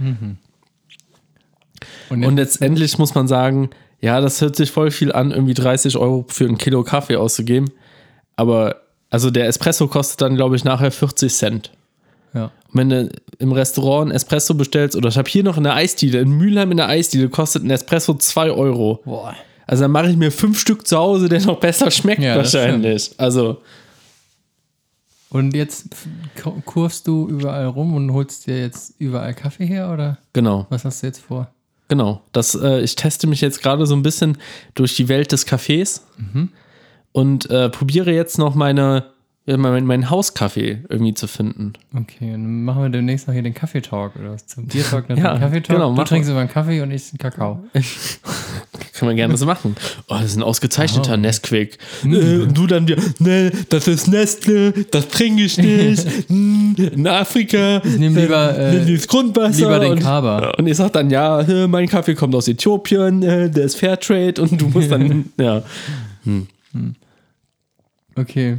Speaker 3: Und
Speaker 2: Und letztendlich muss man sagen, ja, das hört sich voll viel an, irgendwie 30 Euro für ein Kilo Kaffee auszugeben. Aber also der Espresso kostet dann, glaube ich, nachher 40 Cent.
Speaker 3: ja.
Speaker 2: Und wenn du im Restaurant einen Espresso bestellst, oder ich habe hier noch eine Eisdiele, in Mülheim in der Eisdiele kostet ein Espresso 2 Euro.
Speaker 3: Boah.
Speaker 2: Also dann mache ich mir fünf Stück zu Hause, der noch besser schmeckt
Speaker 3: Ja, das
Speaker 2: wahrscheinlich. Also,
Speaker 3: Und jetzt f- ko- kurfst du überall rum und holst dir jetzt überall Kaffee her oder
Speaker 2: genau,
Speaker 3: was hast du jetzt vor?
Speaker 2: genau. Das, äh, ich teste mich jetzt gerade so ein bisschen durch die Welt des Kaffees und äh, probiere jetzt noch meine, äh, meinen mein Hauskaffee irgendwie zu finden.
Speaker 3: Okay, dann machen wir demnächst noch hier den Kaffeetalk oder was? Zum
Speaker 2: <laughs>
Speaker 3: Biertalk, dann
Speaker 2: Ja,
Speaker 3: zum Kaffeetalk.
Speaker 2: genau,
Speaker 3: du
Speaker 2: machen
Speaker 3: trinkst immer einen Kaffee und ich einen Kakao.
Speaker 2: Kann man gerne so machen. Oh, das ist ein ausgezeichneter Nesquik.
Speaker 3: Mhm.
Speaker 2: Äh, und du dann wieder, ne, das ist Nestle, das trinke ich
Speaker 3: <laughs>
Speaker 2: nicht. Mm, in Afrika. Ich
Speaker 3: nehm lieber, äh,
Speaker 2: das Grundwasser.
Speaker 3: lieber den
Speaker 2: und,
Speaker 3: Kaba.
Speaker 2: Und ich sag dann, ja, äh, mein Kaffee kommt aus Äthiopien, äh, der ist Fairtrade und du musst
Speaker 3: <laughs>
Speaker 2: dann, ja.
Speaker 3: Okay.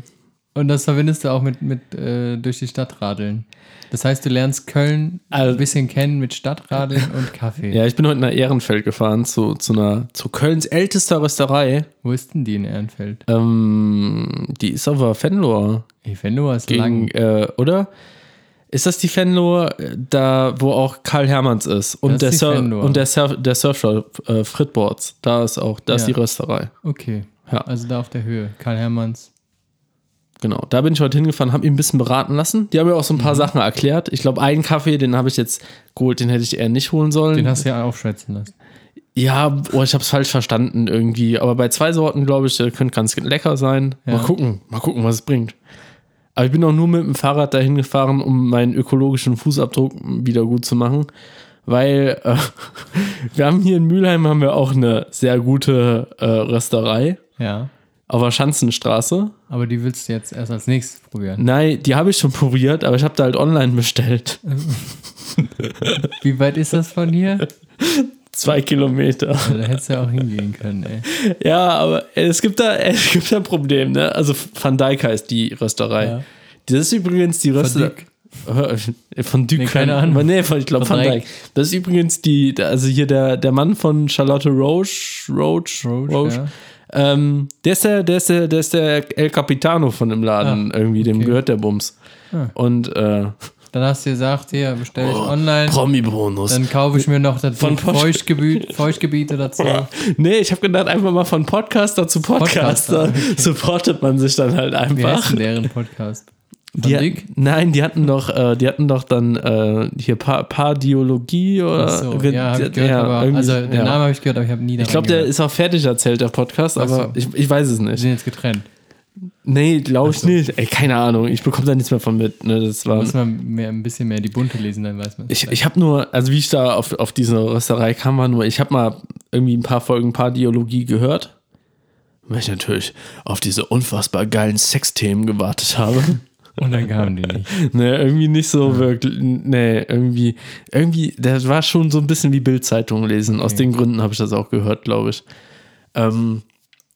Speaker 3: Und das verbindest du auch mit, mit äh, durch die Stadt radeln. Das heißt, du lernst Köln
Speaker 2: Also-
Speaker 3: ein bisschen kennen mit Stadtradeln und
Speaker 2: <laughs>
Speaker 3: Kaffee.
Speaker 2: Ja, ich bin heute nach Ehrenfeld gefahren, zu, zu einer, zu Kölns ältester Rösterei.
Speaker 3: Wo ist denn die in Ehrenfeld?
Speaker 2: Äh, Ähm, die ist aber Fenloer.
Speaker 3: Ey, Fenloa ist
Speaker 2: Gegen,
Speaker 3: lang.
Speaker 2: äh, oder? Ist das die Fenloer, äh, da wo auch Karl Hermanns ist? Und, der,
Speaker 3: Das ist die
Speaker 2: Sur
Speaker 3: Fenloer.
Speaker 2: und der, Surf der Surfshop äh, Fritboards. Da ist auch, da ist
Speaker 3: Ja.
Speaker 2: die Rösterei.
Speaker 3: Okay.
Speaker 2: Ja.
Speaker 3: Also da auf der Höhe. Karl Hermanns.
Speaker 2: Genau. Da bin ich heute hingefahren, habe ihn ein bisschen beraten lassen. Die haben mir auch so ein paar
Speaker 3: Mhm.
Speaker 2: Sachen erklärt. Ich glaube, einen Kaffee, den habe ich jetzt geholt, den hätte ich eher nicht holen sollen.
Speaker 3: Den hast du ja aufschwätzen lassen.
Speaker 2: Ja, oh, ich hab's falsch verstanden irgendwie. Aber bei zwei Sorten, glaube ich, der könnte ganz lecker sein.
Speaker 3: Ja.
Speaker 2: Mal gucken, mal gucken, was es bringt. Aber ich bin auch nur mit dem Fahrrad dahin gefahren, um meinen ökologischen Fußabdruck wieder gut zu machen. Weil äh, <laughs> wir haben hier in Mülheim haben wir auch eine sehr gute äh, Rösterei
Speaker 3: Ja.
Speaker 2: auf der Schanzenstraße.
Speaker 3: Aber die willst du jetzt erst als nächstes probieren.
Speaker 2: Nein, die habe ich schon <laughs> probiert, aber ich habe da halt online bestellt.
Speaker 3: Wie weit ist das von hier?
Speaker 2: Zwei Kilometer.
Speaker 3: Ja, da hättest du ja auch hingehen können, ey.
Speaker 2: Ja, aber es gibt da, <laughs> es gibt da ein Problem, ne? Also Van Dijk heißt die Rösterei.
Speaker 3: Ja.
Speaker 2: Das ist übrigens die Rösterei.
Speaker 3: Verdück.
Speaker 2: <laughs> Von Duke.
Speaker 3: Nee, keine Ahnung.
Speaker 2: Nee, von, ich glaube
Speaker 3: Van
Speaker 2: Van
Speaker 3: Dijk.
Speaker 2: Dijk. Das ist übrigens die, also hier der, der Mann von Charlotte Roche, Roche,
Speaker 3: Roche,
Speaker 2: Roche, Ähm, der ist der, der ist der, der ist der El Capitano von dem Laden irgendwie, dem
Speaker 3: Ah, okay.
Speaker 2: gehört der Bums.
Speaker 3: Ah.
Speaker 2: Und äh,
Speaker 3: Dann hast du gesagt, hier bestelle ich online,
Speaker 2: Promi-Bonus.
Speaker 3: dann kaufe ich mir noch das
Speaker 2: Oh. Von
Speaker 3: Buch Feuchtgebiet, Feuchtgebiete dazu.
Speaker 2: <laughs> Nee, ich habe gedacht, einfach mal von Podcaster zu Podcaster,
Speaker 3: Podcaster,
Speaker 2: supportet man sich dann halt
Speaker 3: Wie heißt
Speaker 2: einfach.
Speaker 3: denn deren Podcast? Von
Speaker 2: Die äh,
Speaker 3: Dick?
Speaker 2: hat, nein, die hatten doch, äh, die hatten doch dann äh, hier pa Pardiologie oder
Speaker 3: Ach so,
Speaker 2: ge-
Speaker 3: ja, hab ich
Speaker 2: die-
Speaker 3: gehört,
Speaker 2: ja,
Speaker 3: aber,
Speaker 2: irgendwie-
Speaker 3: also den
Speaker 2: ja.
Speaker 3: Namen habe ich gehört, aber ich habe nie daran
Speaker 2: Ich glaube, der
Speaker 3: gehört.
Speaker 2: ist auch fertig erzählt, der Podcast,
Speaker 3: Ach so.
Speaker 2: aber ich, ich weiß es
Speaker 3: Wir
Speaker 2: nicht.
Speaker 3: sind jetzt getrennt.
Speaker 2: Nee, glaube ich nicht. Ey, keine Ahnung, ich bekomme da nichts mehr von mit. Ne, das war,
Speaker 3: Muss man mehr, ein bisschen mehr die Bunte lesen, dann weiß man es.
Speaker 2: ich ich habe nur, also wie ich da auf, auf diese Rösterei kam, war nur, ich habe mal irgendwie ein paar Folgen Pardiologie gehört, weil ich natürlich auf diese unfassbar geilen Sexthemen gewartet habe.
Speaker 3: Und dann kamen die nicht.
Speaker 2: Nee, irgendwie nicht so wirklich. Nee, irgendwie, irgendwie, das war schon so ein bisschen wie Bildzeitung lesen. Aus den Gründen habe ich das auch gehört, glaube ich. Ähm,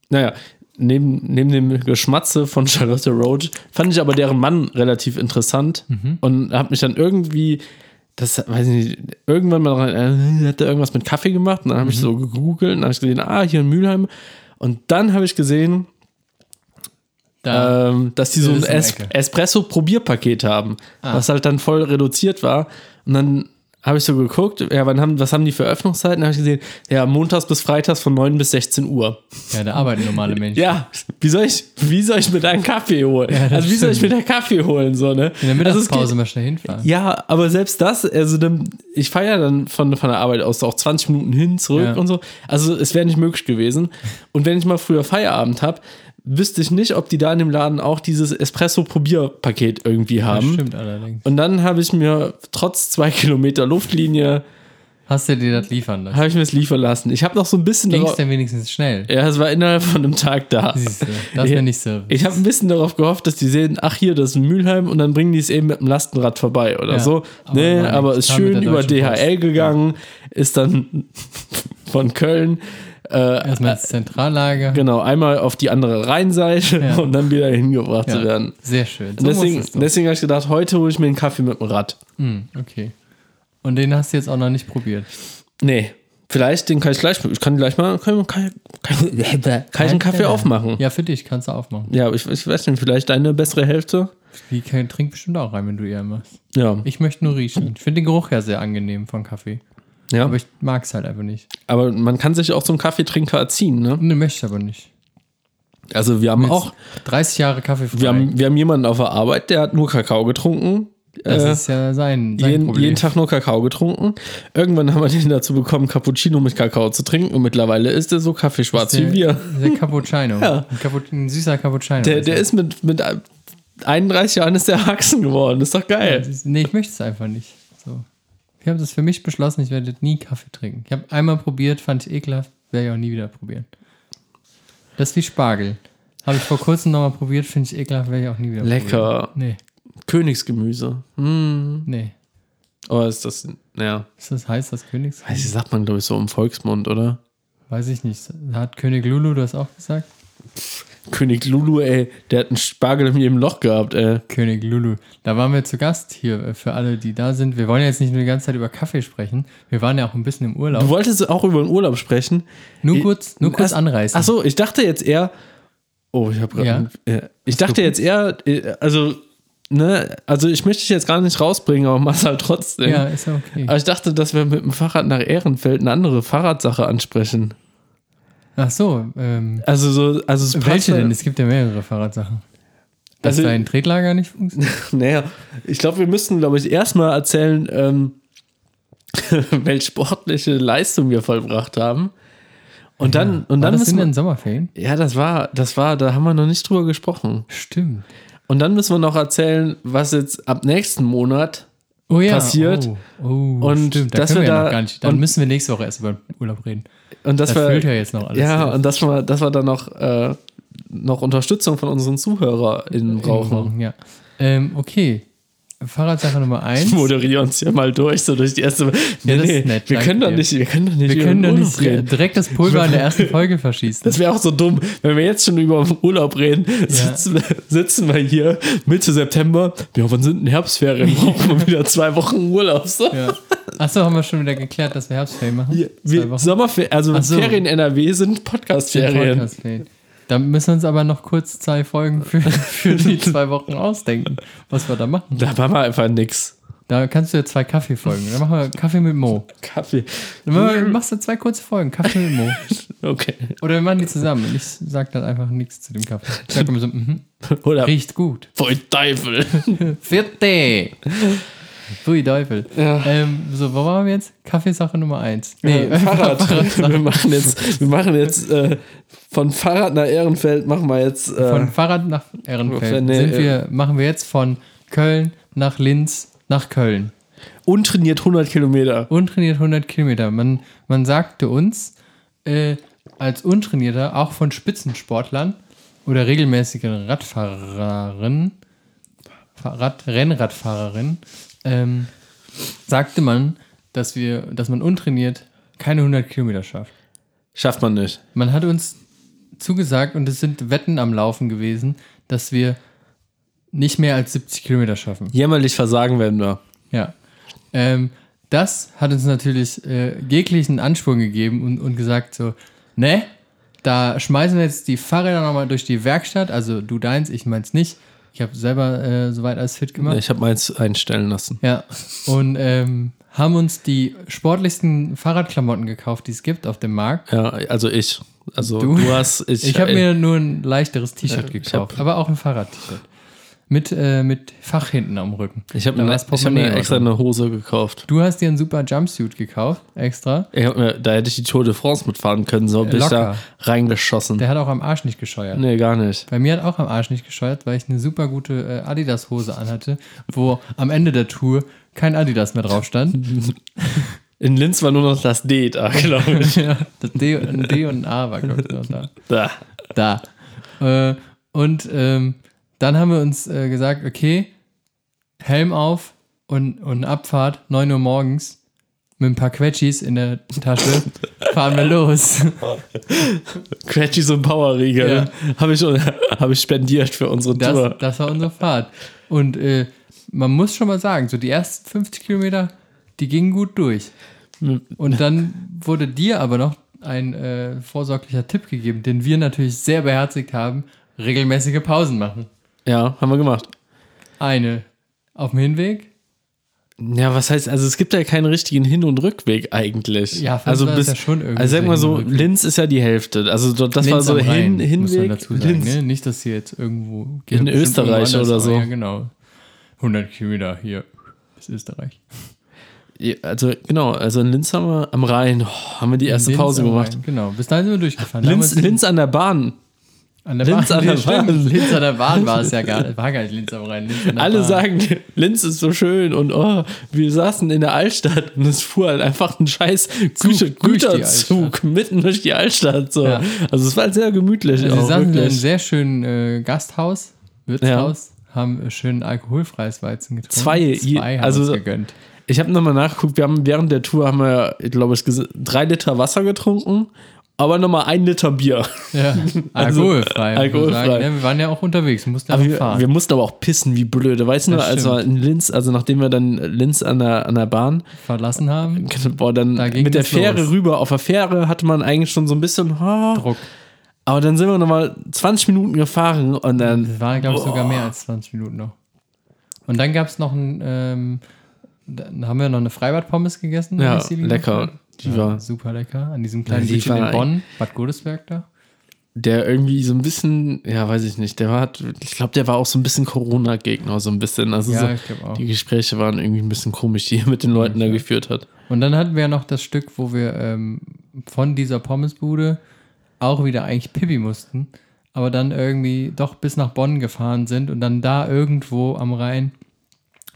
Speaker 2: naja, neben, neben dem Geschmatze von <laughs> Charlotte Roach fand ich aber deren Mann relativ interessant und habe mich dann irgendwie, das weiß ich nicht, irgendwann mal äh, hat er irgendwas mit Kaffee gemacht und dann habe ich so gegoogelt und dann habe ich gesehen, ah, hier in Mülheim. Und dann habe ich gesehen,
Speaker 3: Da,
Speaker 2: ähm, dass die so
Speaker 3: Ah. Das
Speaker 2: ein
Speaker 3: ist eine
Speaker 2: Es
Speaker 3: Ecke. Ah.
Speaker 2: Espresso-Probierpaket haben, was halt dann voll reduziert war. Und dann habe ich so geguckt, ja, wann haben, was haben die für Öffnungszeiten? Da habe ich gesehen, ja, montags bis freitags von 9 bis 16 Uhr.
Speaker 3: ja, da arbeiten normale Menschen.
Speaker 2: Ja, wie soll ich, wie soll ich mir da einen Kaffee holen?
Speaker 3: Ja, das
Speaker 2: also, wie soll ich mir
Speaker 3: stimmt.
Speaker 2: da Kaffee holen, so, ne?
Speaker 3: In der
Speaker 2: Also, es
Speaker 3: Mittagspause
Speaker 2: geht-
Speaker 3: mal schnell hinfahren.
Speaker 2: ja, aber selbst das, also dann, ich fahre ja dann von, von der Arbeit aus auch 20 Minuten hin, zurück
Speaker 3: Ja.
Speaker 2: und so. Also es wäre nicht möglich gewesen. Und wenn ich mal früher Feierabend habe, wüsste ich nicht, ob die da in dem Laden auch dieses Espresso-Probierpaket irgendwie
Speaker 3: das
Speaker 2: haben.
Speaker 3: stimmt allerdings.
Speaker 2: und dann habe ich mir trotz zwei Kilometer Luftlinie,
Speaker 3: Hast du dir das liefern lassen?
Speaker 2: habe ich mir es liefern lassen. Ich habe noch so ein bisschen
Speaker 3: Ging es
Speaker 2: darauf-
Speaker 3: denn wenigstens schnell?
Speaker 2: Ja, es war innerhalb von einem Tag da.
Speaker 3: Siehst du, das
Speaker 2: Ja.
Speaker 3: nenne ich Service.
Speaker 2: Ich habe ein bisschen darauf gehofft, dass die sehen, ach hier, das ist ein Mülheim und dann bringen die es eben mit dem Lastenrad vorbei oder
Speaker 3: Ja,
Speaker 2: so.
Speaker 3: aber
Speaker 2: Nee,
Speaker 3: nein,
Speaker 2: aber ist
Speaker 3: total mit
Speaker 2: schön
Speaker 3: der
Speaker 2: über
Speaker 3: Deutschen
Speaker 2: DHL gegangen, ist dann <laughs> von Köln, äh,
Speaker 3: Erstmal ins Zentrallager.
Speaker 2: genau, einmal auf die andere Rheinseite
Speaker 3: Ja.
Speaker 2: und dann wieder hingebracht
Speaker 3: Ja,
Speaker 2: zu werden.
Speaker 3: Sehr schön.
Speaker 2: Und
Speaker 3: So muss
Speaker 2: deswegen
Speaker 3: es doch.
Speaker 2: deswegen habe ich gedacht, heute hole ich mir einen Kaffee mit dem Rad.
Speaker 3: Hm, okay. Und den hast du jetzt auch noch nicht probiert.
Speaker 2: Nee, vielleicht den kann ich gleich, ich kann gleich mal, kann, kann, kann, kann ich einen Kaffee aufmachen.
Speaker 3: Ja, für dich kannst du aufmachen.
Speaker 2: Ja, aber ich, ich weiß nicht, vielleicht deine bessere Hälfte.
Speaker 3: Die kann- trinkt bestimmt auch rein, wenn du ihr machst.
Speaker 2: Ja,
Speaker 3: Ich möchte nur riechen. Ich finde den Geruch ja sehr angenehm von Kaffee.
Speaker 2: ja.
Speaker 3: Aber ich mag es halt einfach nicht.
Speaker 2: Aber man kann sich auch zum Kaffeetrinker erziehen, ne?
Speaker 3: Ne, möchte ich aber nicht.
Speaker 2: Also wir haben
Speaker 3: Jetzt
Speaker 2: auch,
Speaker 3: 30 Jahre Kaffee frei.
Speaker 2: wir haben, wir haben jemanden auf der Arbeit, der hat nur Kakao getrunken.
Speaker 3: das
Speaker 2: äh,
Speaker 3: ist ja sein, sein
Speaker 2: jeden,
Speaker 3: Problem.
Speaker 2: jeden Tag nur Kakao getrunken. Irgendwann haben wir den dazu bekommen, Cappuccino mit Kakao zu trinken. Und mittlerweile ist er so kaffeeschwarz
Speaker 3: der,
Speaker 2: wie wir.
Speaker 3: Der Cappuccino.
Speaker 2: <laughs> Ja.
Speaker 3: Ein, Cappu ein süßer Cappuccino.
Speaker 2: Der, der ist mit, mit 31 Jahren ist er erwachsen geworden. Ist doch geil.
Speaker 3: Nee, ich möchte es einfach nicht. So. Ich habe das für mich beschlossen, ich werde nie Kaffee trinken. Ich habe einmal probiert, fand ich ekelhaft, werde ich auch nie wieder probieren. Das ist wie Spargel. Habe ich vor kurzem nochmal probiert, finde ich ekelhaft, werde ich auch nie wieder
Speaker 2: Lecker.
Speaker 3: probieren.
Speaker 2: Königsgemüse. Mm.
Speaker 3: Nee, nee.
Speaker 2: Aber ist das, ja.
Speaker 3: Ist das heiß, das Königs?
Speaker 2: Weiß ich, sagt man, glaube ich, so im Volksmund, oder?
Speaker 3: Weiß ich nicht. Hat König Lulu das auch gesagt?
Speaker 2: König Lulu, ey, der hat einen Spargel in jedem Loch gehabt, ey.
Speaker 3: König Lulu. Da waren wir zu Gast hier äh, für alle, die da sind. Wir wollen ja jetzt nicht nur die ganze Zeit über Kaffee sprechen. Wir waren ja auch ein bisschen im
Speaker 2: Du
Speaker 3: Urlaub.
Speaker 2: wolltest auch über den Urlaub sprechen.
Speaker 3: Nur kurz, nur kurz
Speaker 2: Ach-
Speaker 3: anreißen.
Speaker 2: Ach so, ich dachte jetzt eher. Oh, ich habe
Speaker 3: Ja.
Speaker 2: gerade. Ja. Ich dachte jetzt eher, äh, also, ne, also ich möchte dich jetzt gar nicht rausbringen, aber mach's halt trotzdem.
Speaker 3: Ja, ist ja okay.
Speaker 2: Aber ich dachte, dass wir mit dem Fahrrad nach Ehrenfeld eine andere Fahrradsache ansprechen.
Speaker 3: Ach so, ähm,
Speaker 2: Also so, also es passt
Speaker 3: welche
Speaker 2: ja-
Speaker 3: denn? Es gibt ja mehrere Fahrradsachen. Dass
Speaker 2: Also-
Speaker 3: dein Tretlager nicht funktioniert?
Speaker 2: <laughs> Naja, ich glaube, wir müssten, glaube ich, erstmal erzählen, ähm, <laughs> welche sportliche Leistung wir vollbracht haben. Und dann, und dann
Speaker 3: War das in
Speaker 2: müssen wir,
Speaker 3: den Sommerferien?
Speaker 2: ja, das war, das war, da haben wir noch nicht drüber gesprochen.
Speaker 3: Stimmt.
Speaker 2: Und dann müssen wir noch erzählen, was jetzt ab nächsten Monat.
Speaker 3: Oh ja.
Speaker 2: Passiert.
Speaker 3: Oh, oh,
Speaker 2: Und
Speaker 3: stimmt. Da
Speaker 2: dass
Speaker 3: können
Speaker 2: wir
Speaker 3: wir ja
Speaker 2: da-
Speaker 3: noch gar nicht. Dann
Speaker 2: und-
Speaker 3: müssen wir nächste Woche erst über den Urlaub reden.
Speaker 2: Und das
Speaker 3: Das
Speaker 2: war,
Speaker 3: fehlt ja jetzt noch alles.
Speaker 2: ja, und dass wir, dass wir dann noch, äh, noch Unterstützung von unseren ZuhörerInnen brauchen.
Speaker 3: brauchen. Ja. Ähm, okay. Fahrradsache
Speaker 2: <laughs>
Speaker 3: Nummer eins.
Speaker 2: Ich moderiere uns hier mal durch, so durch die erste. Nee,
Speaker 3: Ja, das ist
Speaker 2: nee,
Speaker 3: nett,
Speaker 2: wir
Speaker 3: danke
Speaker 2: können doch
Speaker 3: dir.
Speaker 2: nicht, wir können doch nicht
Speaker 3: wir
Speaker 2: über
Speaker 3: können
Speaker 2: den
Speaker 3: doch
Speaker 2: Urlaub
Speaker 3: nicht
Speaker 2: reden.
Speaker 3: direkt das Pulver in der ersten Folge verschießen.
Speaker 2: Das wäre auch so dumm, wenn wir jetzt schon über den Urlaub reden, sitzen, sitzen wir hier Mitte September. Ja, wann sind denn Herbstferien? Brauchen
Speaker 3: <laughs>
Speaker 2: wir wieder zwei Wochen Urlaub. So.
Speaker 3: ja. Achso, haben wir schon wieder geklärt, dass wir Herbstferien machen?
Speaker 2: Wir,
Speaker 3: Zwei
Speaker 2: wir,
Speaker 3: Wochen.
Speaker 2: Sommerferien, also
Speaker 3: Ach so.
Speaker 2: Ferien NRW sind
Speaker 3: Den
Speaker 2: Podcastferien.
Speaker 3: Podcast fehlt. Da müssen wir uns aber noch kurz zwei Folgen für,
Speaker 2: <laughs>
Speaker 3: für die zwei Wochen ausdenken, was wir da machen.
Speaker 2: Da machen wir einfach nix.
Speaker 3: Da kannst du ja zwei Kaffeefolgen. Dann machen wir Kaffee mit Mo.
Speaker 2: Kaffee.
Speaker 3: Dann machen wir- machst du zwei kurze Folgen, Kaffee mit Mo.
Speaker 2: Okay.
Speaker 3: Oder wir machen die zusammen. Und ich sag dann einfach nichts zu dem Kaffee. Ich sag immer so, mhm,
Speaker 2: Oder
Speaker 3: riecht gut.
Speaker 2: voll Teufel.
Speaker 3: Vierte! Pfui Teufel.
Speaker 2: Ja.
Speaker 3: Ähm, so, wo waren wir jetzt? Kaffeesache Nummer eins.
Speaker 2: Nee,
Speaker 3: <laughs>
Speaker 2: Fahrrad. <laughs> wir machen jetzt, wir machen jetzt äh, von Fahrrad nach Ehrenfeld machen wir jetzt. Äh,
Speaker 3: Von Fahrrad nach Ehrenfeld
Speaker 2: Nee,
Speaker 3: sind
Speaker 2: äh,
Speaker 3: wir, machen wir jetzt von Köln nach Linz nach Köln.
Speaker 2: untrainiert 100 Kilometer.
Speaker 3: Untrainiert 100 Kilometer. Man, man sagte uns, äh, als Untrainierter, auch von Spitzensportlern oder regelmäßigen Radfahrerinnen, Rad, Rennradfahrerinnen, ähm, sagte man, dass, wir, dass man untrainiert keine 100 Kilometer schafft.
Speaker 2: Schafft man nicht.
Speaker 3: Man hat uns zugesagt, und es sind Wetten am Laufen gewesen, dass wir nicht mehr als 70 Kilometer schaffen.
Speaker 2: Jämmerlich versagen werden wir.
Speaker 3: Ja. Ähm, das hat uns natürlich äh, jeglichen Anschwung gegeben und, und gesagt so, ne, da schmeißen wir jetzt die Fahrräder nochmal durch die Werkstatt. Also du deins, ich meins nicht. Ich habe selber äh, soweit alles fit gemacht.
Speaker 2: Ich habe meins einstellen lassen.
Speaker 3: Ja. Und ähm, haben uns die sportlichsten Fahrradklamotten gekauft, die es gibt auf dem Markt.
Speaker 2: Ja, also ich. Also
Speaker 3: Du?
Speaker 2: du, hast. Ich, äh,
Speaker 3: Ich habe mir nur ein leichteres T-Shirt
Speaker 2: ich
Speaker 3: gekauft, aber auch ein Fahrrad-T-Shirt. Mit, äh, mit Fach hinten am Rücken.
Speaker 2: Ich hab
Speaker 3: Da
Speaker 2: mir, ne,
Speaker 3: war's
Speaker 2: ich hab mir
Speaker 3: Portemonnaie
Speaker 2: extra
Speaker 3: drin.
Speaker 2: eine Hose gekauft.
Speaker 3: Du hast dir einen super Jumpsuit gekauft, extra.
Speaker 2: Ich hab mir, da hätte ich die Tour de France mitfahren können, so bin ich da
Speaker 3: Locker.
Speaker 2: reingeschossen.
Speaker 3: Der hat auch am Arsch nicht gescheuert.
Speaker 2: nee, gar nicht.
Speaker 3: Bei mir hat auch am Arsch nicht gescheuert, weil ich eine super gute äh, Adidas-Hose anhatte, wo am Ende der Tour kein Adidas mehr drauf stand. <laughs>
Speaker 2: In Linz war nur noch das D E <laughs> da, glaube ich.
Speaker 3: ja, das D, ein D und ein A war, glaube ich, noch da.
Speaker 2: Da.
Speaker 3: da. Äh, und ähm, dann haben wir uns äh, gesagt, okay, Helm auf und, und Abfahrt, 9 Uhr morgens, mit ein paar Quetschis in der Tasche, fahren wir los.
Speaker 2: Quetschis und Powerriegel.
Speaker 3: Ja.
Speaker 2: Habe ich, schon- <laughs> hab ich spendiert für unsere
Speaker 3: Das,
Speaker 2: Tour.
Speaker 3: das war unsere Fahrt. Und äh, man muss schon mal sagen, so die ersten 50 Kilometer, die gingen gut durch.
Speaker 2: Hm.
Speaker 3: Und dann wurde dir aber noch ein äh, vorsorglicher Tipp gegeben, den wir natürlich sehr beherzigt haben, regelmäßige Pausen machen.
Speaker 2: Ja, haben wir gemacht.
Speaker 3: Eine auf dem Hinweg,
Speaker 2: Ja, was heißt, also es gibt ja keinen richtigen Hin- und Rückweg eigentlich.
Speaker 3: Ja, für
Speaker 2: also
Speaker 3: uns war das ja schon irgendwie
Speaker 2: Also sag mal
Speaker 3: so
Speaker 2: so, Linz ist ja die Hälfte. Also dort- das war
Speaker 3: Linz
Speaker 2: so
Speaker 3: am Rhein,
Speaker 2: hin,
Speaker 3: muss man
Speaker 2: Hinweg.
Speaker 3: dazu sagen,
Speaker 2: Linz.
Speaker 3: ne? Nicht, dass hier jetzt irgendwo
Speaker 2: In
Speaker 3: bestimmt
Speaker 2: Österreich
Speaker 3: irgendwo anders-
Speaker 2: oder so.
Speaker 3: Ja, genau. 100 Kilometer hier bis Österreich.
Speaker 2: Ja, Also genau, also in Linz haben wir am Rhein, oh, haben wir die erste
Speaker 3: Linz
Speaker 2: Pause
Speaker 3: am
Speaker 2: gemacht.
Speaker 3: Rhein, Genau. Bis dahin sind wir durchgefahren.
Speaker 2: Linz,
Speaker 3: Damals-
Speaker 2: Linz an der Bahn.
Speaker 3: An der
Speaker 2: Linz
Speaker 3: Bahn,
Speaker 2: an der
Speaker 3: nee, stimmt.
Speaker 2: Bahn.
Speaker 3: Linz an der Bahn war
Speaker 2: <laughs>
Speaker 3: es ja gar nicht. War gar nicht Linz am Rhein. Linz an der
Speaker 2: Alle
Speaker 3: Bahn.
Speaker 2: sagen, <laughs> Linz ist so schön und oh, wir saßen in der Altstadt und es fuhr halt einfach ein scheiß Güter,
Speaker 3: durch die
Speaker 2: Güterzug mitten durch die Altstadt. So.
Speaker 3: Ja.
Speaker 2: Also es war sehr gemütlich.
Speaker 3: Also,
Speaker 2: auch,
Speaker 3: sie saßen in einem
Speaker 2: wirklich.
Speaker 3: sehr schönen äh, Gasthaus, Wirtshaus, haben äh, schön alkoholfreies Weizen getrunken.
Speaker 2: Zwei, je-
Speaker 3: Zwei haben
Speaker 2: also-
Speaker 3: uns gegönnt.
Speaker 2: Ich habe nochmal nachgeguckt, wir haben während der Tour haben wir, ich glaube ich, ges- drei Liter Wasser getrunken, aber nochmal ein Liter Bier.
Speaker 3: Ja,
Speaker 2: Also,
Speaker 3: alkoholfrei. muss man
Speaker 2: alkoholfrei.
Speaker 3: Sagen. Ja, wir waren ja auch unterwegs, mussten ja
Speaker 2: Aber
Speaker 3: noch
Speaker 2: wir,
Speaker 3: fahren.
Speaker 2: wir mussten aber auch pissen, wie blöde. Weißt du
Speaker 3: Das
Speaker 2: noch, als wir in Linz, also nachdem wir dann Linz an der, an der Bahn,
Speaker 3: verlassen haben.
Speaker 2: boah, dann
Speaker 3: Da ging
Speaker 2: mit der
Speaker 3: es
Speaker 2: Fähre
Speaker 3: los.
Speaker 2: rüber, auf der Fähre hatte man eigentlich schon so ein bisschen, ha,
Speaker 3: Druck.
Speaker 2: aber dann sind wir nochmal 20 Minuten gefahren und dann,
Speaker 3: Es waren, glaube ich, sogar mehr als 20 Minuten noch. Und dann gab es noch ein, ähm, dann haben wir noch eine Freibad-Pommes gegessen.
Speaker 2: ja,
Speaker 3: als sie die
Speaker 2: lecker.
Speaker 3: gemacht haben.
Speaker 2: Die
Speaker 3: ja,
Speaker 2: war,
Speaker 3: super lecker. An diesem kleinen
Speaker 2: Die
Speaker 3: Bildchen
Speaker 2: war
Speaker 3: in Bonn, Bad Godesberg da.
Speaker 2: der irgendwie so ein bisschen, ja, weiß ich nicht, der war, ich glaube, der war auch so ein bisschen Corona-Gegner, so ein bisschen. Also so,
Speaker 3: Ja, ich glaube auch.
Speaker 2: Die Gespräche waren irgendwie ein bisschen komisch, die er mit den Leuten da geführt hat.
Speaker 3: Und dann hatten wir ja noch das Stück, wo wir ähm, von dieser Pommesbude auch wieder eigentlich Pipi mussten, aber dann irgendwie doch bis nach Bonn gefahren sind und dann da irgendwo am Rhein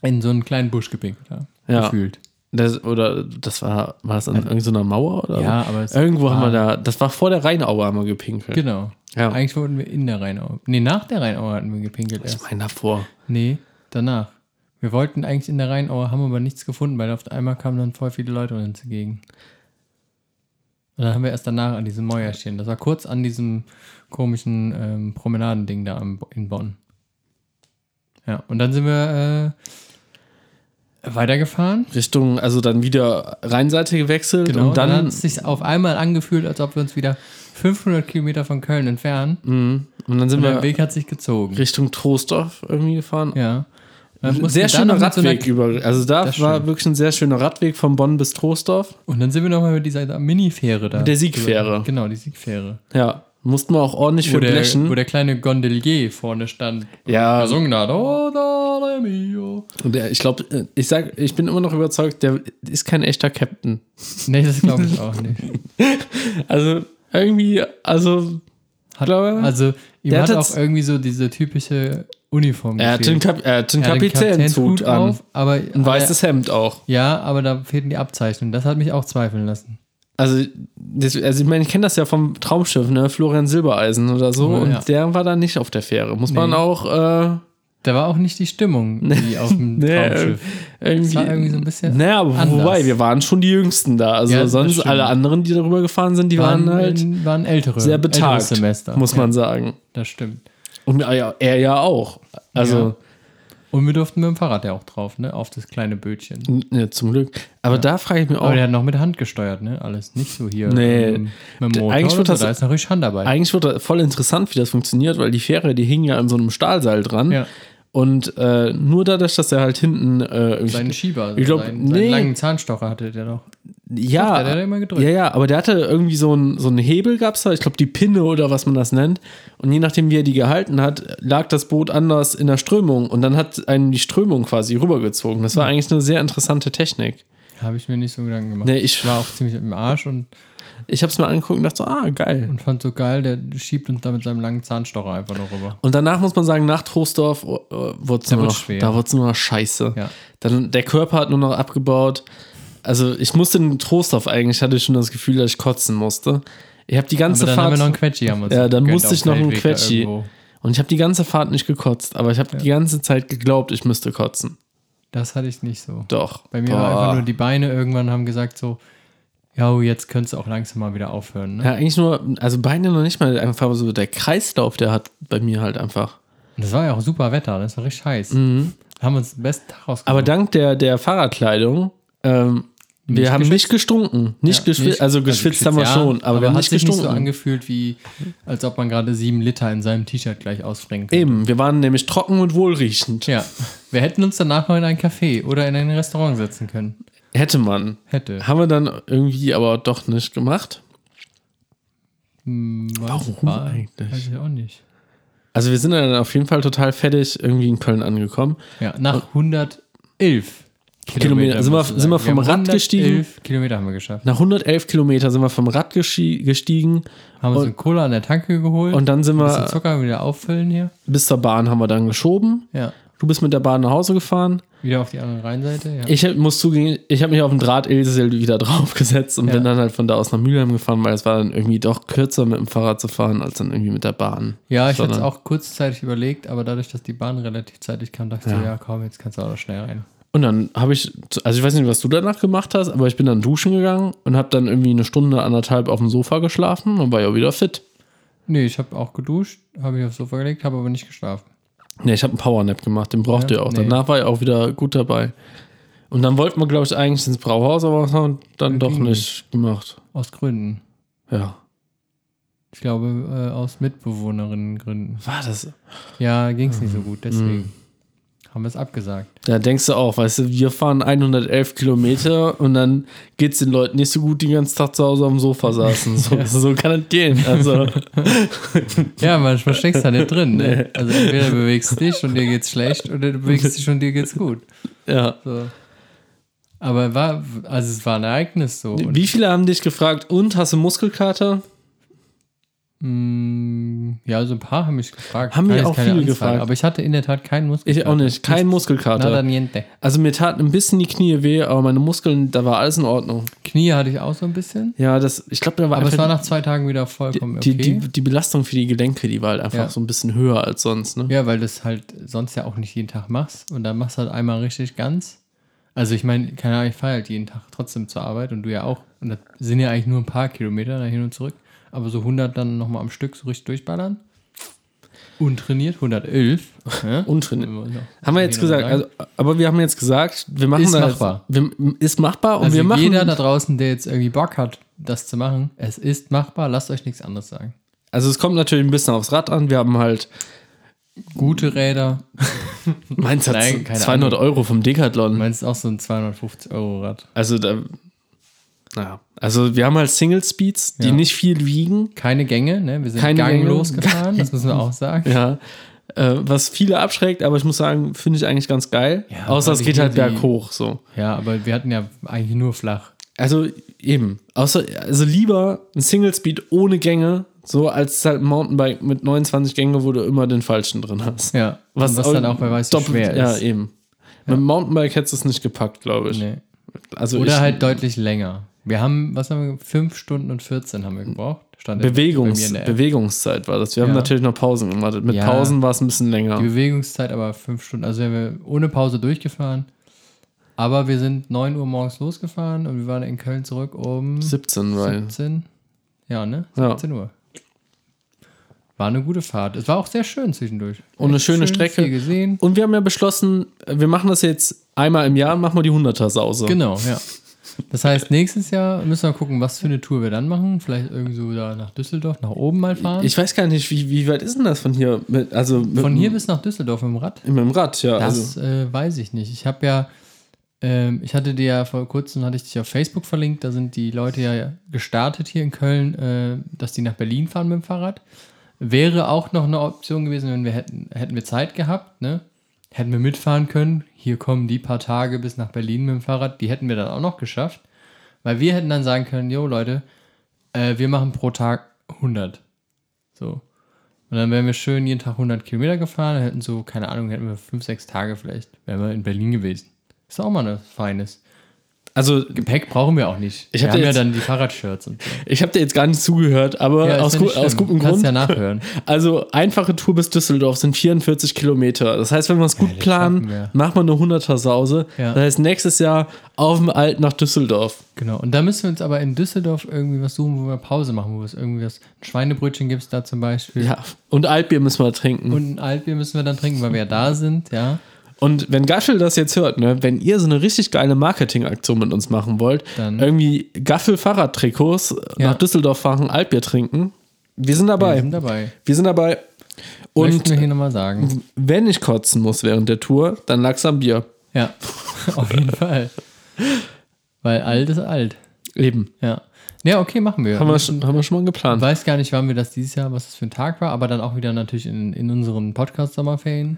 Speaker 3: in so einen kleinen Busch gepinkelt haben.
Speaker 2: Ja.
Speaker 3: Gefühlt.
Speaker 2: Das, oder das war, war das an irgendeiner Mauer oder
Speaker 3: Ja, aber es
Speaker 2: so? Irgendwo haben wir da, das war vor der Rheinauer haben wir gepinkelt.
Speaker 3: Genau.
Speaker 2: Ja.
Speaker 3: Eigentlich wurden wir in der Rheinau. Nee, nach der Rheinau hatten wir gepinkelt
Speaker 2: Ich
Speaker 3: erst.
Speaker 2: meine davor.
Speaker 3: Nee, danach. Wir wollten eigentlich in der Rheinau, haben aber nichts gefunden, weil auf einmal kamen dann voll viele Leute uns entgegen. Und dann haben wir erst danach an diesem Mäuer stehen. Das war kurz an diesem komischen ähm, Promenadending da am, Bo- in Bonn. Ja, und dann sind wir äh, weitergefahren.
Speaker 2: Richtung, also dann wieder Rheinseite gewechselt
Speaker 3: Genau,
Speaker 2: und
Speaker 3: dann,
Speaker 2: dann,
Speaker 3: hat es sich auf einmal angefühlt, als ob wir uns wieder 500 Kilometer von Köln entfernen.
Speaker 2: mhm. und dann sind
Speaker 3: Und der
Speaker 2: wir
Speaker 3: Weg hat sich gezogen.
Speaker 2: Richtung Troisdorf irgendwie gefahren.
Speaker 3: Ja. Dann mussten
Speaker 2: Sehr
Speaker 3: wir da
Speaker 2: schöner
Speaker 3: noch mit so einer
Speaker 2: Radweg über, also da
Speaker 3: Das
Speaker 2: war
Speaker 3: stimmt.
Speaker 2: wirklich ein sehr schöner Radweg von Bonn bis Troisdorf.
Speaker 3: Und dann sind wir nochmal mit dieser Mini-Fähre da.
Speaker 2: Mit der Siegfähre.
Speaker 3: Genau, die Siegfähre.
Speaker 2: Ja, mussten wir auch ordentlich
Speaker 3: Wo
Speaker 2: für
Speaker 3: der,
Speaker 2: blechen.
Speaker 3: wo der kleine Gondelier vorne stand. und
Speaker 2: Ja.
Speaker 3: Gesungen hat. Oh, da, mio.
Speaker 2: Und der, ich glaube, ich sag, ich bin immer noch überzeugt, der ist kein echter Captain.
Speaker 3: Nee, das glaube ich auch nicht.
Speaker 2: <laughs> Also irgendwie, also
Speaker 3: Hat,
Speaker 2: Glaube-
Speaker 3: also, ihm
Speaker 2: Der
Speaker 3: hat,
Speaker 2: hat
Speaker 3: auch
Speaker 2: jetzt-
Speaker 3: irgendwie so diese typische Uniform
Speaker 2: Er hat den,
Speaker 3: gefehlt.
Speaker 2: Kap er hat den
Speaker 3: Er hat den
Speaker 2: Kapitänshut
Speaker 3: Kapitänshut
Speaker 2: an.
Speaker 3: auf, aber
Speaker 2: Ein weißes Hemd auch.
Speaker 3: Ja, aber da fehlten die Abzeichen. Das hat mich auch zweifeln lassen.
Speaker 2: Also, das, also ich meine, ich kenne das ja vom Traumschiff, ne? Florian Silbereisen oder so.
Speaker 3: Ja.
Speaker 2: und der war da nicht auf der Fähre. Muss man auch äh,
Speaker 3: Da war auch nicht
Speaker 2: <laughs>
Speaker 3: die Stimmung, wie auf dem
Speaker 2: Nee, äh,
Speaker 3: Traumschiff.
Speaker 2: irgendwie.
Speaker 3: Das war irgendwie so ein bisschen
Speaker 2: naja, aber
Speaker 3: anders.
Speaker 2: wobei, wir waren schon die Jüngsten da. Also
Speaker 3: Ja, das
Speaker 2: sonst
Speaker 3: stimmt.
Speaker 2: alle anderen, die darüber gefahren sind, die waren, halt
Speaker 3: waren ältere,
Speaker 2: sehr betagt,
Speaker 3: älteres Semester.
Speaker 2: muss man sagen.
Speaker 3: Das stimmt.
Speaker 2: Und er ja- er ja auch. Also,
Speaker 3: Und wir durften mit dem Fahrrad ja auch drauf, ne? Auf das kleine Bötchen.
Speaker 2: n- ne, zum Glück. Aber da frage ich mich auch,
Speaker 3: Aber der hat noch mit Hand gesteuert, ne? Alles nicht so hier.
Speaker 2: Nee.
Speaker 3: ähm, mit dem Motor.
Speaker 2: Eigentlich
Speaker 3: Eigentlich
Speaker 2: wird das-
Speaker 3: da ist noch richtig Hand dabei.
Speaker 2: eigentlich wird das voll interessant, wie das funktioniert, weil die Fähre, die hing ja an so einem Stahlseil dran.
Speaker 3: Ja.
Speaker 2: Und äh, nur dadurch, dass er halt hinten äh,
Speaker 3: Seinen Schieber,
Speaker 2: Ich glaub,
Speaker 3: seinen,
Speaker 2: nee.
Speaker 3: seinen langen Zahnstocher hatte der noch.
Speaker 2: ja,
Speaker 3: Doch, der hat immer gedrückt.
Speaker 2: ja, ja, aber der hatte irgendwie so einen so einen Hebel gab's da, ich glaube die Pinne oder was man das nennt. Und je nachdem, wie er die gehalten hat, lag das Boot anders in der Strömung und dann hat einen die Strömung quasi rübergezogen. Das war
Speaker 3: Hm.
Speaker 2: eigentlich eine sehr interessante Technik.
Speaker 3: Habe ich mir nicht so Gedanken gemacht.
Speaker 2: Nee, ich,
Speaker 3: Ich war auch ziemlich im Arsch und,
Speaker 2: ich habe es mir angeguckt und dachte so, ah, geil.
Speaker 3: und fand so geil, der schiebt uns da mit seinem langen Zahnstocher einfach noch rüber.
Speaker 2: Und danach muss man sagen, nach Trostdorf äh, wurde es nur, noch-
Speaker 3: wurd's schwer.
Speaker 2: da wurd's nur noch scheiße.
Speaker 3: Ja.
Speaker 2: Dann, der Körper hat nur noch abgebaut. Also ich musste in Trostdorf eigentlich, hatte ich schon das Gefühl, dass ich kotzen musste. Ich habe die
Speaker 3: Aber
Speaker 2: ganze
Speaker 3: dann haben wir
Speaker 2: Fahrt...
Speaker 3: noch einen Quetschi. Haben wir uns
Speaker 2: Ja, dann
Speaker 3: gegönnt
Speaker 2: musste
Speaker 3: auf
Speaker 2: ich noch einen
Speaker 3: Feldweg da
Speaker 2: Quetschi.
Speaker 3: irgendwo.
Speaker 2: Und ich habe die ganze Fahrt nicht gekotzt, aber ich habe die ganze Zeit geglaubt, ich müsste kotzen.
Speaker 3: Das hatte ich nicht so.
Speaker 2: Doch.
Speaker 3: Bei mir war einfach nur die Beine irgendwann haben gesagt so, ja, oh, jetzt könntest du auch langsam mal wieder aufhören. Ne?
Speaker 2: Ja, eigentlich nur, also Beine noch nicht mal, einfach so der Kreislauf, der hat bei mir halt einfach.
Speaker 3: Und das war ja auch super Wetter, das war richtig heiß. Haben uns den besten Tag rausgesucht.
Speaker 2: Mhm. Aber dank der, der Fahrradkleidung, ähm, wir
Speaker 3: Nicht
Speaker 2: haben nicht gestunken. Nicht
Speaker 3: Ja,
Speaker 2: geschwitzt,
Speaker 3: nicht-
Speaker 2: also geschwitzt haben wir
Speaker 3: ja,
Speaker 2: schon, aber, wir haben
Speaker 3: hat
Speaker 2: nicht
Speaker 3: sich nicht so
Speaker 2: gestunken.
Speaker 3: angefühlt, wie als ob man gerade sieben Liter in seinem T-Shirt gleich ausfringen könnte.
Speaker 2: Eben, wir waren nämlich trocken und wohlriechend.
Speaker 3: Ja, wir hätten uns danach noch in ein Café oder in ein Restaurant setzen können.
Speaker 2: Hätte man.
Speaker 3: Hätte.
Speaker 2: Haben wir dann irgendwie aber doch nicht gemacht.
Speaker 3: Hm, was
Speaker 2: Warum eigentlich?
Speaker 3: Weiß ich auch nicht.
Speaker 2: Also wir sind dann auf jeden Fall total fertig irgendwie in Köln angekommen.
Speaker 3: Ja, nach 111
Speaker 2: Kilometer, sind wir-
Speaker 3: musst du
Speaker 2: sind
Speaker 3: sagen.
Speaker 2: wir vom
Speaker 3: haben
Speaker 2: Rad gestiegen?
Speaker 3: 111 Kilometer haben wir geschafft.
Speaker 2: Nach 111 Kilometer sind wir vom Rad geschi- gestiegen
Speaker 3: Haben uns
Speaker 2: Und-
Speaker 3: eine Cola an der Tanke geholt.
Speaker 2: und dann sind
Speaker 3: ein bisschen
Speaker 2: wir
Speaker 3: Zucker wieder auffüllen hier.
Speaker 2: bis zur Bahn haben wir dann geschoben.
Speaker 3: Ja.
Speaker 2: Du bist mit der Bahn nach Hause gefahren.
Speaker 3: Wieder auf die andere Rheinseite. Ja.
Speaker 2: Ich hab- muss zugeben, ich habe mich auf dem Draht Ilsel wieder <laughs> draufgesetzt und
Speaker 3: Ja.
Speaker 2: bin dann halt von da aus nach Mülheim gefahren, weil es war dann irgendwie doch kürzer mit dem Fahrrad zu fahren, als dann irgendwie mit der Bahn.
Speaker 3: Ja, ich hatte es
Speaker 2: Sondern-
Speaker 3: auch kurzzeitig überlegt, aber dadurch, dass die Bahn relativ zeitig kam, dachte ich, so, ja komm, jetzt kannst du auch noch schnell rein.
Speaker 2: Und dann habe ich, also ich weiß nicht, was du danach gemacht hast, aber ich bin dann duschen gegangen und habe dann irgendwie eine Stunde, anderthalb auf dem Sofa geschlafen und war ja wieder fit.
Speaker 3: Nee, ich habe auch geduscht, habe mich aufs Sofa gelegt, habe aber nicht geschlafen.
Speaker 2: Ne, ich habe einen Powernap gemacht, den braucht
Speaker 3: Ja,
Speaker 2: ihr auch.
Speaker 3: nee.
Speaker 2: Danach war ich auch wieder gut dabei. Und dann wollten wir, glaube ich, eigentlich ins Brauhaus, aber das haben wir dann doch
Speaker 3: ging
Speaker 2: nicht gemacht.
Speaker 3: Aus Gründen.
Speaker 2: Ja.
Speaker 3: Ich glaube, äh, aus Mitbewohnerinnengründen.
Speaker 2: War das?
Speaker 3: Ja, ging es nicht so gut, deswegen haben wir es abgesagt.
Speaker 2: Da denkst du auch, weißt du, wir fahren 111 Kilometer und dann geht es den Leuten nicht so gut, die den ganzen Tag zu Hause am Sofa saßen. <laughs> So, so kann es gehen. <laughs> Also,
Speaker 3: Ja, manchmal steckst du da nicht drin. Ne? Also entweder bewegst du dich und dir geht's schlecht oder du bewegst dich und dir geht's gut.
Speaker 2: ja.
Speaker 3: So. Aber war, also es war ein Ereignis so. Und,
Speaker 2: Wie viele haben dich gefragt, und hast du Muskelkater?
Speaker 3: mh, Hm, ja, so ein paar haben mich gefragt.
Speaker 2: Haben
Speaker 3: Kann
Speaker 2: mir
Speaker 3: jetzt
Speaker 2: auch
Speaker 3: keine
Speaker 2: viele
Speaker 3: Angst
Speaker 2: gefragt.
Speaker 3: haben, Aber ich hatte in der Tat keinen Muskel.
Speaker 2: Ich auch nicht. Kein Muskelkater.
Speaker 3: Nada niente.
Speaker 2: Also mir taten ein bisschen die Knie weh, aber meine Muskeln, da war alles in Ordnung.
Speaker 3: Knie hatte ich auch so ein bisschen.
Speaker 2: Ja, das, ich glaube, da war
Speaker 3: Aber es
Speaker 2: einfach
Speaker 3: war nach zwei Tagen wieder vollkommen
Speaker 2: die,
Speaker 3: okay.
Speaker 2: die, die Belastung für die Gelenke, die war halt einfach
Speaker 3: Ja.
Speaker 2: so ein bisschen höher als sonst. Ne?
Speaker 3: Ja, weil du es halt sonst ja auch nicht jeden Tag machst und dann machst du halt einmal richtig ganz. Also ich meine, keine Ahnung, ich fahre halt jeden Tag trotzdem zur Arbeit und du ja auch. Und das sind ja eigentlich nur ein paar Kilometer da hin und zurück. Aber so 100 dann nochmal am Stück so richtig durchballern.
Speaker 2: <laughs>
Speaker 3: Untrainiert, 111. ja?
Speaker 2: Untrainiert.
Speaker 3: Immer noch.
Speaker 2: Haben wir jetzt
Speaker 3: Trainieren
Speaker 2: gesagt, also, aber wir haben jetzt gesagt, wir machen
Speaker 3: Ist
Speaker 2: das.
Speaker 3: machbar.
Speaker 2: Wir, ist machbar und
Speaker 3: also
Speaker 2: wir machen.
Speaker 3: jeder da draußen, der jetzt irgendwie Bock hat, das zu machen, es ist machbar, lasst euch nichts anderes sagen.
Speaker 2: also es kommt natürlich ein bisschen aufs Rad an. Wir haben halt,
Speaker 3: Gute Räder,
Speaker 2: meins hat
Speaker 3: Nein, keine
Speaker 2: 200 Euro vom Decathlon.
Speaker 3: meinst auch so ein 250-Euro-Rad.
Speaker 2: Also da, naja. Also wir haben halt Single Speeds, die
Speaker 3: Ja.
Speaker 2: nicht viel wiegen.
Speaker 3: Keine Gänge, ne? Wir sind
Speaker 2: Keine Gänge.
Speaker 3: ganglos gefahren, das müssen wir auch sagen.
Speaker 2: Ja. Äh, was viele abschreckt, aber ich muss sagen, finde ich eigentlich ganz geil.
Speaker 3: Ja,
Speaker 2: Außer
Speaker 3: weil
Speaker 2: es
Speaker 3: die
Speaker 2: geht halt
Speaker 3: irgendwie-
Speaker 2: berghoch so.
Speaker 3: Ja, aber wir hatten ja eigentlich nur flach.
Speaker 2: Also eben. Außer, also lieber ein Single Speed ohne Gänge, so als halt ein Mountainbike mit 29 Gänge, wo du immer den falschen drin hast.
Speaker 3: Ja. Was, was dann auch bei weiß
Speaker 2: doppelt-
Speaker 3: schwer
Speaker 2: ja,
Speaker 3: ist.
Speaker 2: eben. Mit dem Mountainbike hättest du es nicht gepackt, glaube ich.
Speaker 3: Nee.
Speaker 2: Also ich,
Speaker 3: Oder halt deutlich länger. Wir haben, was haben wir, 5 Stunden und 14 haben wir gebraucht. Stand bei mir
Speaker 2: Bewegungs
Speaker 3: in der App.
Speaker 2: Bewegungszeit war das. Wir haben
Speaker 3: Ja.
Speaker 2: natürlich noch Pausen gemacht. Mit
Speaker 3: Ja.
Speaker 2: Pausen war es ein bisschen länger.
Speaker 3: Die Bewegungszeit aber 5 Stunden. Also wären wir ohne Pause durchgefahren. Aber wir sind 9 Uhr morgens losgefahren und wir waren in Köln zurück um
Speaker 2: 17 war ja.
Speaker 3: 17. Ja, ne?
Speaker 2: Ja.
Speaker 3: 17 Uhr. War eine gute Fahrt. Es war auch sehr schön zwischendurch.
Speaker 2: Und eine
Speaker 3: Echt
Speaker 2: schöne
Speaker 3: schön,
Speaker 2: Strecke.
Speaker 3: Viel gesehen.
Speaker 2: Und wir haben ja beschlossen, wir machen das jetzt einmal im Jahr und machen wir die 100er-Sause.
Speaker 3: Genau, ja. Das heißt, nächstes Jahr müssen wir gucken, was für eine Tour wir dann machen. Vielleicht irgendwie so da nach Düsseldorf, nach oben mal fahren.
Speaker 2: Ich weiß gar nicht, wie, wie weit ist denn das von hier? Mit, also mit,
Speaker 3: Von hier bis nach Düsseldorf mit dem Rad?
Speaker 2: mit dem Rad, ja.
Speaker 3: Das
Speaker 2: also,
Speaker 3: äh, weiß ich nicht. Ich habe ja, ähm, ich hatte dir ja vor kurzem, hatte ich dich auf Facebook verlinkt, da sind die Leute ja gestartet hier in Köln, äh, dass die nach Berlin fahren mit dem Fahrrad. Wäre auch noch eine Option gewesen, wenn wir hätten, hätten wir Zeit gehabt, ne? Hätten wir mitfahren können. Hier kommen die paar Tage bis nach Berlin mit dem Fahrrad, die hätten wir dann auch noch geschafft. Weil wir hätten dann sagen können, jo Leute, äh, wir machen pro Tag 100. So. Und dann wären wir schön jeden Tag 100 Kilometer gefahren, dann hätten so, keine Ahnung, hätten wir 5, 6 Tage vielleicht, wären wir in Berlin gewesen. Ist auch mal was Feines.
Speaker 2: also
Speaker 3: Gepäck brauchen wir auch nicht.
Speaker 2: Ich
Speaker 3: wir
Speaker 2: hab
Speaker 3: haben
Speaker 2: dir
Speaker 3: ja
Speaker 2: jetzt-
Speaker 3: dann die Fahrradshirts und so.
Speaker 2: ich habe dir jetzt gar nicht zugehört, aber
Speaker 3: ist
Speaker 2: aus,
Speaker 3: ja
Speaker 2: gu
Speaker 3: nicht schlimm.
Speaker 2: aus gutem
Speaker 3: Kannst
Speaker 2: Grund. <laughs>
Speaker 3: ja nachhören.
Speaker 2: Also einfache Tour bis Düsseldorf sind 44 Kilometer. Das heißt, wenn wir es gut
Speaker 3: das schaffen
Speaker 2: planen,
Speaker 3: wir.
Speaker 2: machen wir eine 100er Sause.
Speaker 3: Ja.
Speaker 2: Das heißt, nächstes Jahr auf dem Alt nach Düsseldorf.
Speaker 3: Genau. Und da müssen wir uns aber in Düsseldorf irgendwie was suchen, wo wir Pause machen, wo es irgendwie was, ein Schweinebrötchen gibt es da zum Beispiel.
Speaker 2: Ja. Und Altbier müssen wir trinken. Und,
Speaker 3: Und ein Altbier müssen wir dann trinken, weil wir ja da sind, ja.
Speaker 2: wenn Gaffel das jetzt hört, ne, wenn ihr so eine richtig geile Marketingaktion mit uns machen wollt,
Speaker 3: Dann-
Speaker 2: irgendwie Gaffel Fahrradtrikots
Speaker 3: Ja.
Speaker 2: nach Düsseldorf fahren, Altbier trinken. Wir sind dabei.
Speaker 3: Wir sind dabei.
Speaker 2: Wir sind dabei.
Speaker 3: Möchten
Speaker 2: Und Mhm.
Speaker 3: wir hier nochmal sagen.
Speaker 2: wenn ich kotzen muss während der Tour, dann lag's am Bier.
Speaker 3: Ja, <laughs> auf jeden Fall. Weil alt ist alt.
Speaker 2: Eben.
Speaker 3: Ja. Ja, okay, machen wir.
Speaker 2: Haben wir, schon, haben wir schon mal geplant.
Speaker 3: weiß gar nicht, wann wir das dieses Jahr, was das für ein Tag war, aber dann auch wieder natürlich in, in unseren Podcast-Sommerferien.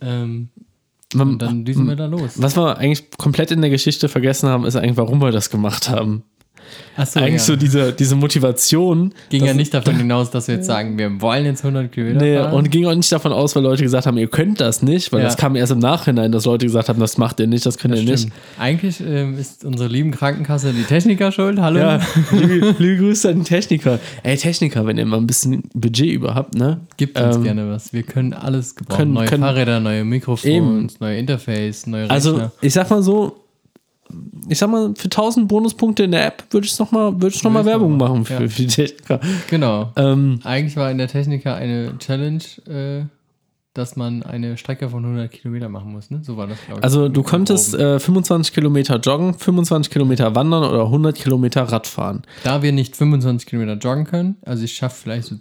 Speaker 3: Ähm,
Speaker 2: Man,
Speaker 3: Und dann düsen wir da los.
Speaker 2: was wir eigentlich komplett in der Geschichte vergessen haben, ist eigentlich, warum wir das gemacht haben.
Speaker 3: Achso,
Speaker 2: eigentlich so diese, diese Motivation.
Speaker 3: ging
Speaker 2: dass-
Speaker 3: ja nicht davon hinaus, dass wir jetzt sagen, wir wollen jetzt 100 Kilometer
Speaker 2: Nee,
Speaker 3: fahren.
Speaker 2: und ging auch nicht davon aus, weil Leute gesagt haben, ihr könnt das nicht, weil
Speaker 3: Ja.
Speaker 2: das kam erst im Nachhinein, dass Leute gesagt haben, das macht ihr nicht, das könnt ihr nicht.
Speaker 3: Stimmt. Eigentlich ähm, ist unsere lieben Krankenkasse die Techniker schuld. Hallo.
Speaker 2: Ja, <laughs> liebe, liebe Grüße an den Techniker. Ey, Techniker, wenn ihr mal ein bisschen Budget über habt, ne?
Speaker 3: Gibt uns
Speaker 2: Ähm,
Speaker 3: gerne was. Wir können alles gebrauchen.
Speaker 2: können-
Speaker 3: neue
Speaker 2: können-
Speaker 3: Fahrräder, neue Mikrofons, neue Interface, neue Rechner.
Speaker 2: Also, ich sag mal so, ich sag mal, für 1000 Bonuspunkte in der App würde ich nochmal würd ich noch mal
Speaker 3: Würde ich noch
Speaker 2: Werbung
Speaker 3: mal-
Speaker 2: machen für,
Speaker 3: ja.
Speaker 2: für die Techniker.
Speaker 3: genau.
Speaker 2: Ähm,
Speaker 3: Eigentlich war in der Techniker eine Challenge, äh, dass man eine Strecke von 100 Kilometer machen muss. Ne? So war das, glaube ich.
Speaker 2: also, du könntest äh, 25 Kilometer joggen, 25 Kilometer wandern oder 100 Kilometer Rad fahren.
Speaker 3: Da wir nicht 25 Kilometer joggen können, also ich schaffe vielleicht so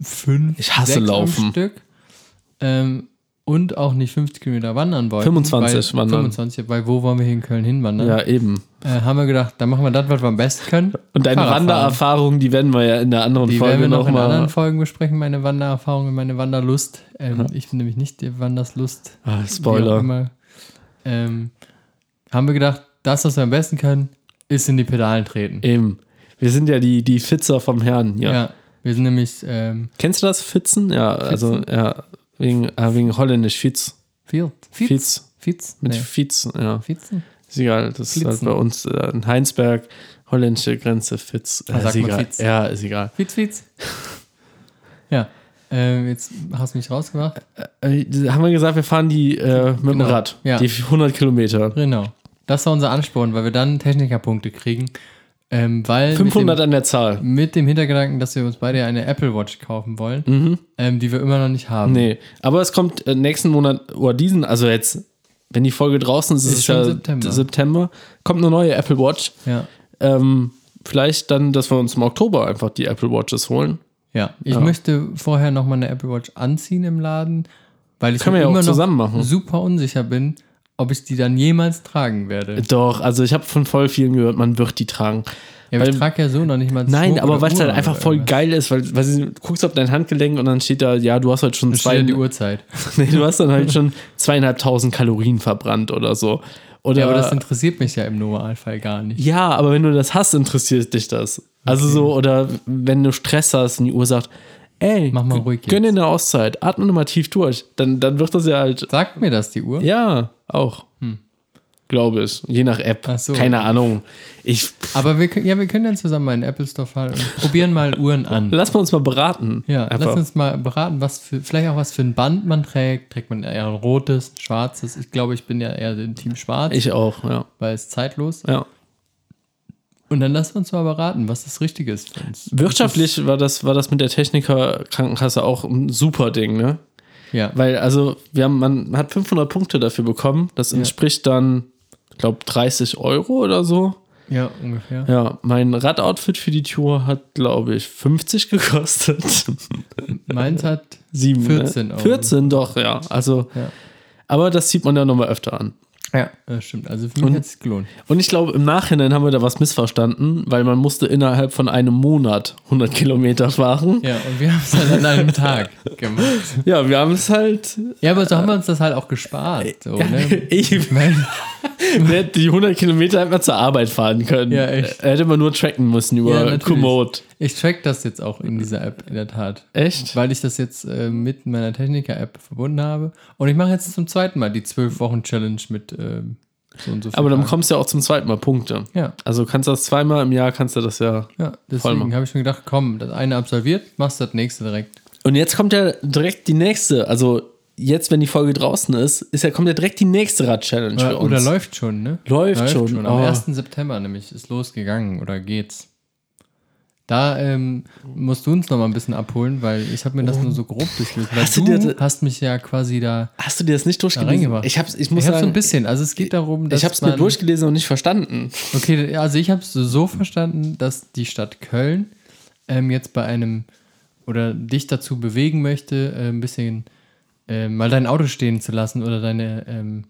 Speaker 3: fünf,
Speaker 2: Ich hasse
Speaker 3: sechs
Speaker 2: Laufen.
Speaker 3: am Stück. Ähm, und auch nicht 50 Kilometer wandern wollen.
Speaker 2: 25
Speaker 3: weil,
Speaker 2: wandern.
Speaker 3: 25, weil wo wollen wir hier in Köln hinwandern?
Speaker 2: Ja, eben.
Speaker 3: Äh, haben wir gedacht, dann machen wir das, was wir am besten können.
Speaker 2: Und deine
Speaker 3: Fahrrad fahren.
Speaker 2: Wandererfahrung, die werden wir ja in der anderen
Speaker 3: Die werden
Speaker 2: Folge
Speaker 3: wir noch in
Speaker 2: nochmal.
Speaker 3: anderen Folgen besprechen, meine Wandererfahrung und meine Wanderlust. Ähm, Ich bin nämlich nicht die Wanderslust.
Speaker 2: Ah,
Speaker 3: Wie auch
Speaker 2: Spoiler.
Speaker 3: immer. Ähm, haben wir gedacht, das, was wir am besten können, ist in die Pedalen treten.
Speaker 2: Eben. Wir sind ja die, die Fitzer vom Herrn. Ja.
Speaker 3: wir sind nämlich ähm,
Speaker 2: Kennst du das? Fitzen? Ja, also ja, wegen, äh, wegen Holländisch Fitz.
Speaker 3: Field.
Speaker 2: Fitz.
Speaker 3: Fietz?
Speaker 2: Mit
Speaker 3: Nee.
Speaker 2: Fitz, ja.
Speaker 3: Fietzen?
Speaker 2: Ist egal. Das ist halt
Speaker 3: Flitzen.
Speaker 2: bei uns äh, in Heinsberg, holländische Grenze, Fitz. Äh,
Speaker 3: Ah,
Speaker 2: ist
Speaker 3: sag mal
Speaker 2: egal.
Speaker 3: Fitz.
Speaker 2: Ja, ist egal.
Speaker 3: Fietz, Fietz. ja, ähm, jetzt hast du mich rausgemacht.
Speaker 2: Äh, haben wir gesagt, wir fahren die äh, mit
Speaker 3: Genau.
Speaker 2: dem Rad.
Speaker 3: Ja.
Speaker 2: Die 100 Kilometer.
Speaker 3: Genau. Das war unser Ansporn, weil wir dann Technikerpunkte kriegen. Ähm, weil mit dem-
Speaker 2: 500 an der Zahl.
Speaker 3: Mit dem Hintergedanken, dass wir uns beide eine Apple Watch kaufen wollen, ähm, die wir immer noch nicht haben.
Speaker 2: Mhm. Nee, aber es kommt äh, nächsten Monat oder diesen, also jetzt, wenn die Folge draußen ist, ist es
Speaker 3: schon
Speaker 2: ja
Speaker 3: September.
Speaker 2: September. kommt eine neue Apple Watch.
Speaker 3: Ja.
Speaker 2: Ähm, vielleicht dann, dass wir uns im Oktober einfach die Apple Watches holen.
Speaker 3: ja. Ich möchte vorher nochmal eine Apple Watch anziehen im Laden, weil ich
Speaker 2: Können
Speaker 3: mir
Speaker 2: wir ja auch
Speaker 3: immer
Speaker 2: zusammen
Speaker 3: noch
Speaker 2: machen.
Speaker 3: super unsicher bin, ob ich die dann jemals tragen werde.
Speaker 2: Doch, also ich habe von voll vielen gehört, man wird die tragen.
Speaker 3: Ja, aber
Speaker 2: weil-
Speaker 3: ich trage ja so noch nicht mal
Speaker 2: Nein,
Speaker 3: Smoke
Speaker 2: aber
Speaker 3: oder
Speaker 2: weil es
Speaker 3: Uhr
Speaker 2: halt einfach
Speaker 3: oder
Speaker 2: voll
Speaker 3: irgendwas.
Speaker 2: geil ist, weil, weil du guckst auf dein Handgelenk und dann steht da, ja, du hast halt schon
Speaker 3: Dann steht
Speaker 2: zwei,
Speaker 3: ja die Uhrzeit.
Speaker 2: <laughs> nee, du hast dann halt schon zweieinhalbtausend Kalorien verbrannt oder so. Oder,
Speaker 3: Ja, aber das interessiert mich ja im Normalfall gar nicht.
Speaker 2: Ja, aber wenn du das hast, interessiert dich das. Also so, oder wenn du Stress hast und die Uhr sagt, ey,
Speaker 3: Mach mal ruhig
Speaker 2: gönn dir eine Auszeit, atme nochmal tief durch, dann, dann wird das ja halt,
Speaker 3: Sagt mir das die Uhr?
Speaker 2: ja, auch. Glaube ich. Je nach App.
Speaker 3: Hm. Ach so.
Speaker 2: Keine Ahnung. Ich,
Speaker 3: Aber wir können, ja, wir können dann zusammen mal in den Apple Store fahren und probieren mal
Speaker 2: <laughs>
Speaker 3: Uhren an.
Speaker 2: lass mal uns mal beraten.
Speaker 3: Ja,
Speaker 2: Einfach.
Speaker 3: lass uns mal beraten, was für, vielleicht auch was für ein Band man trägt. Trägt man eher ein rotes, ein schwarzes? Ich glaube, ich bin ja eher im Team schwarz,
Speaker 2: Ich auch, ja.
Speaker 3: weil es zeitlos.
Speaker 2: ja.
Speaker 3: Und dann lass uns mal beraten, was das Richtige ist für uns.
Speaker 2: Wirtschaftlich war das, war das mit der Techniker Krankenkasse auch ein super Ding, ne?
Speaker 3: Ja,
Speaker 2: Weil, also, wir haben, man hat 500 Punkte dafür bekommen. Das entspricht dann, ich glaube, 30 Euro oder so.
Speaker 3: ja ungefähr.
Speaker 2: Ja, mein Radoutfit für die Tour hat, glaube ich, 50
Speaker 3: <laughs>
Speaker 2: gekostet.
Speaker 3: Meins hat
Speaker 2: Sieben,
Speaker 3: 14
Speaker 2: ne?
Speaker 3: Euro.
Speaker 2: 14, doch, ja. Also,
Speaker 3: Ja.
Speaker 2: aber das zieht man ja nochmal öfter an.
Speaker 3: Ja, das stimmt. Also für mich hat es gelohnt.
Speaker 2: Und ich glaube, im Nachhinein haben wir da was missverstanden, weil man musste innerhalb von einem Monat 100 Kilometer fahren.
Speaker 3: Ja, und wir <laughs> haben es halt an einem Tag gemacht.
Speaker 2: Ja, wir haben es halt.
Speaker 3: Ja, aber so haben wir uns das halt auch
Speaker 2: Äh,
Speaker 3: gespart. So, ne?
Speaker 2: <laughs> Ich,
Speaker 3: Ich meine,
Speaker 2: wir hätten die 100 Kilometer hätten wir zur Arbeit fahren können. Äh,
Speaker 3: Ja, echt.
Speaker 2: Hätte man nur tracken müssen
Speaker 3: Ja,
Speaker 2: über
Speaker 3: natürlich.
Speaker 2: Komoot.
Speaker 3: ich track das jetzt auch in dieser App, in der Tat.
Speaker 2: Echt?
Speaker 3: weil ich das jetzt äh, mit meiner Techniker-App verbunden habe. Und ich mache jetzt zum zweiten Mal die 12-Wochen-Challenge mit ähm, so und so.
Speaker 2: Aber dann
Speaker 3: Tagen.
Speaker 2: bekommst du ja auch zum zweiten Mal Punkte.
Speaker 3: Ja,
Speaker 2: Also kannst du das zweimal im Jahr, kannst du das ja
Speaker 3: ja,
Speaker 2: machen.
Speaker 3: deswegen habe ich mir gedacht, komm, das eine absolviert, machst das nächste direkt.
Speaker 2: Und jetzt kommt ja direkt die nächste, also jetzt, wenn die Folge draußen ist, ist ja, kommt ja direkt die nächste Rad-Challenge für
Speaker 3: Oder,
Speaker 2: uns.
Speaker 3: oder läuft schon, ne?
Speaker 2: Läuft schon,
Speaker 3: Am
Speaker 2: oh.
Speaker 3: 1. September nämlich ist losgegangen oder geht's. Da ähm, musst du uns noch mal ein bisschen abholen, weil ich habe mir das nur so grob durchgelesen. Weil
Speaker 2: Oh. Hast
Speaker 3: du
Speaker 2: du dir-
Speaker 3: hast mich ja quasi da
Speaker 2: Hast du dir das nicht
Speaker 3: da
Speaker 2: durchgelesen?
Speaker 3: reingemacht.
Speaker 2: ich hab's, ich muss
Speaker 3: ich hab's so ein
Speaker 2: sagen,
Speaker 3: bisschen. Also es geht darum, dass
Speaker 2: ich hab's
Speaker 3: man-
Speaker 2: mir durchgelesen und nicht verstanden.
Speaker 3: Okay, also ich habe es so verstanden, dass die Stadt Köln ähm, jetzt bei einem oder dich dazu bewegen möchte, äh, ein bisschen äh, mal dein Auto stehen zu lassen oder deine, ähm,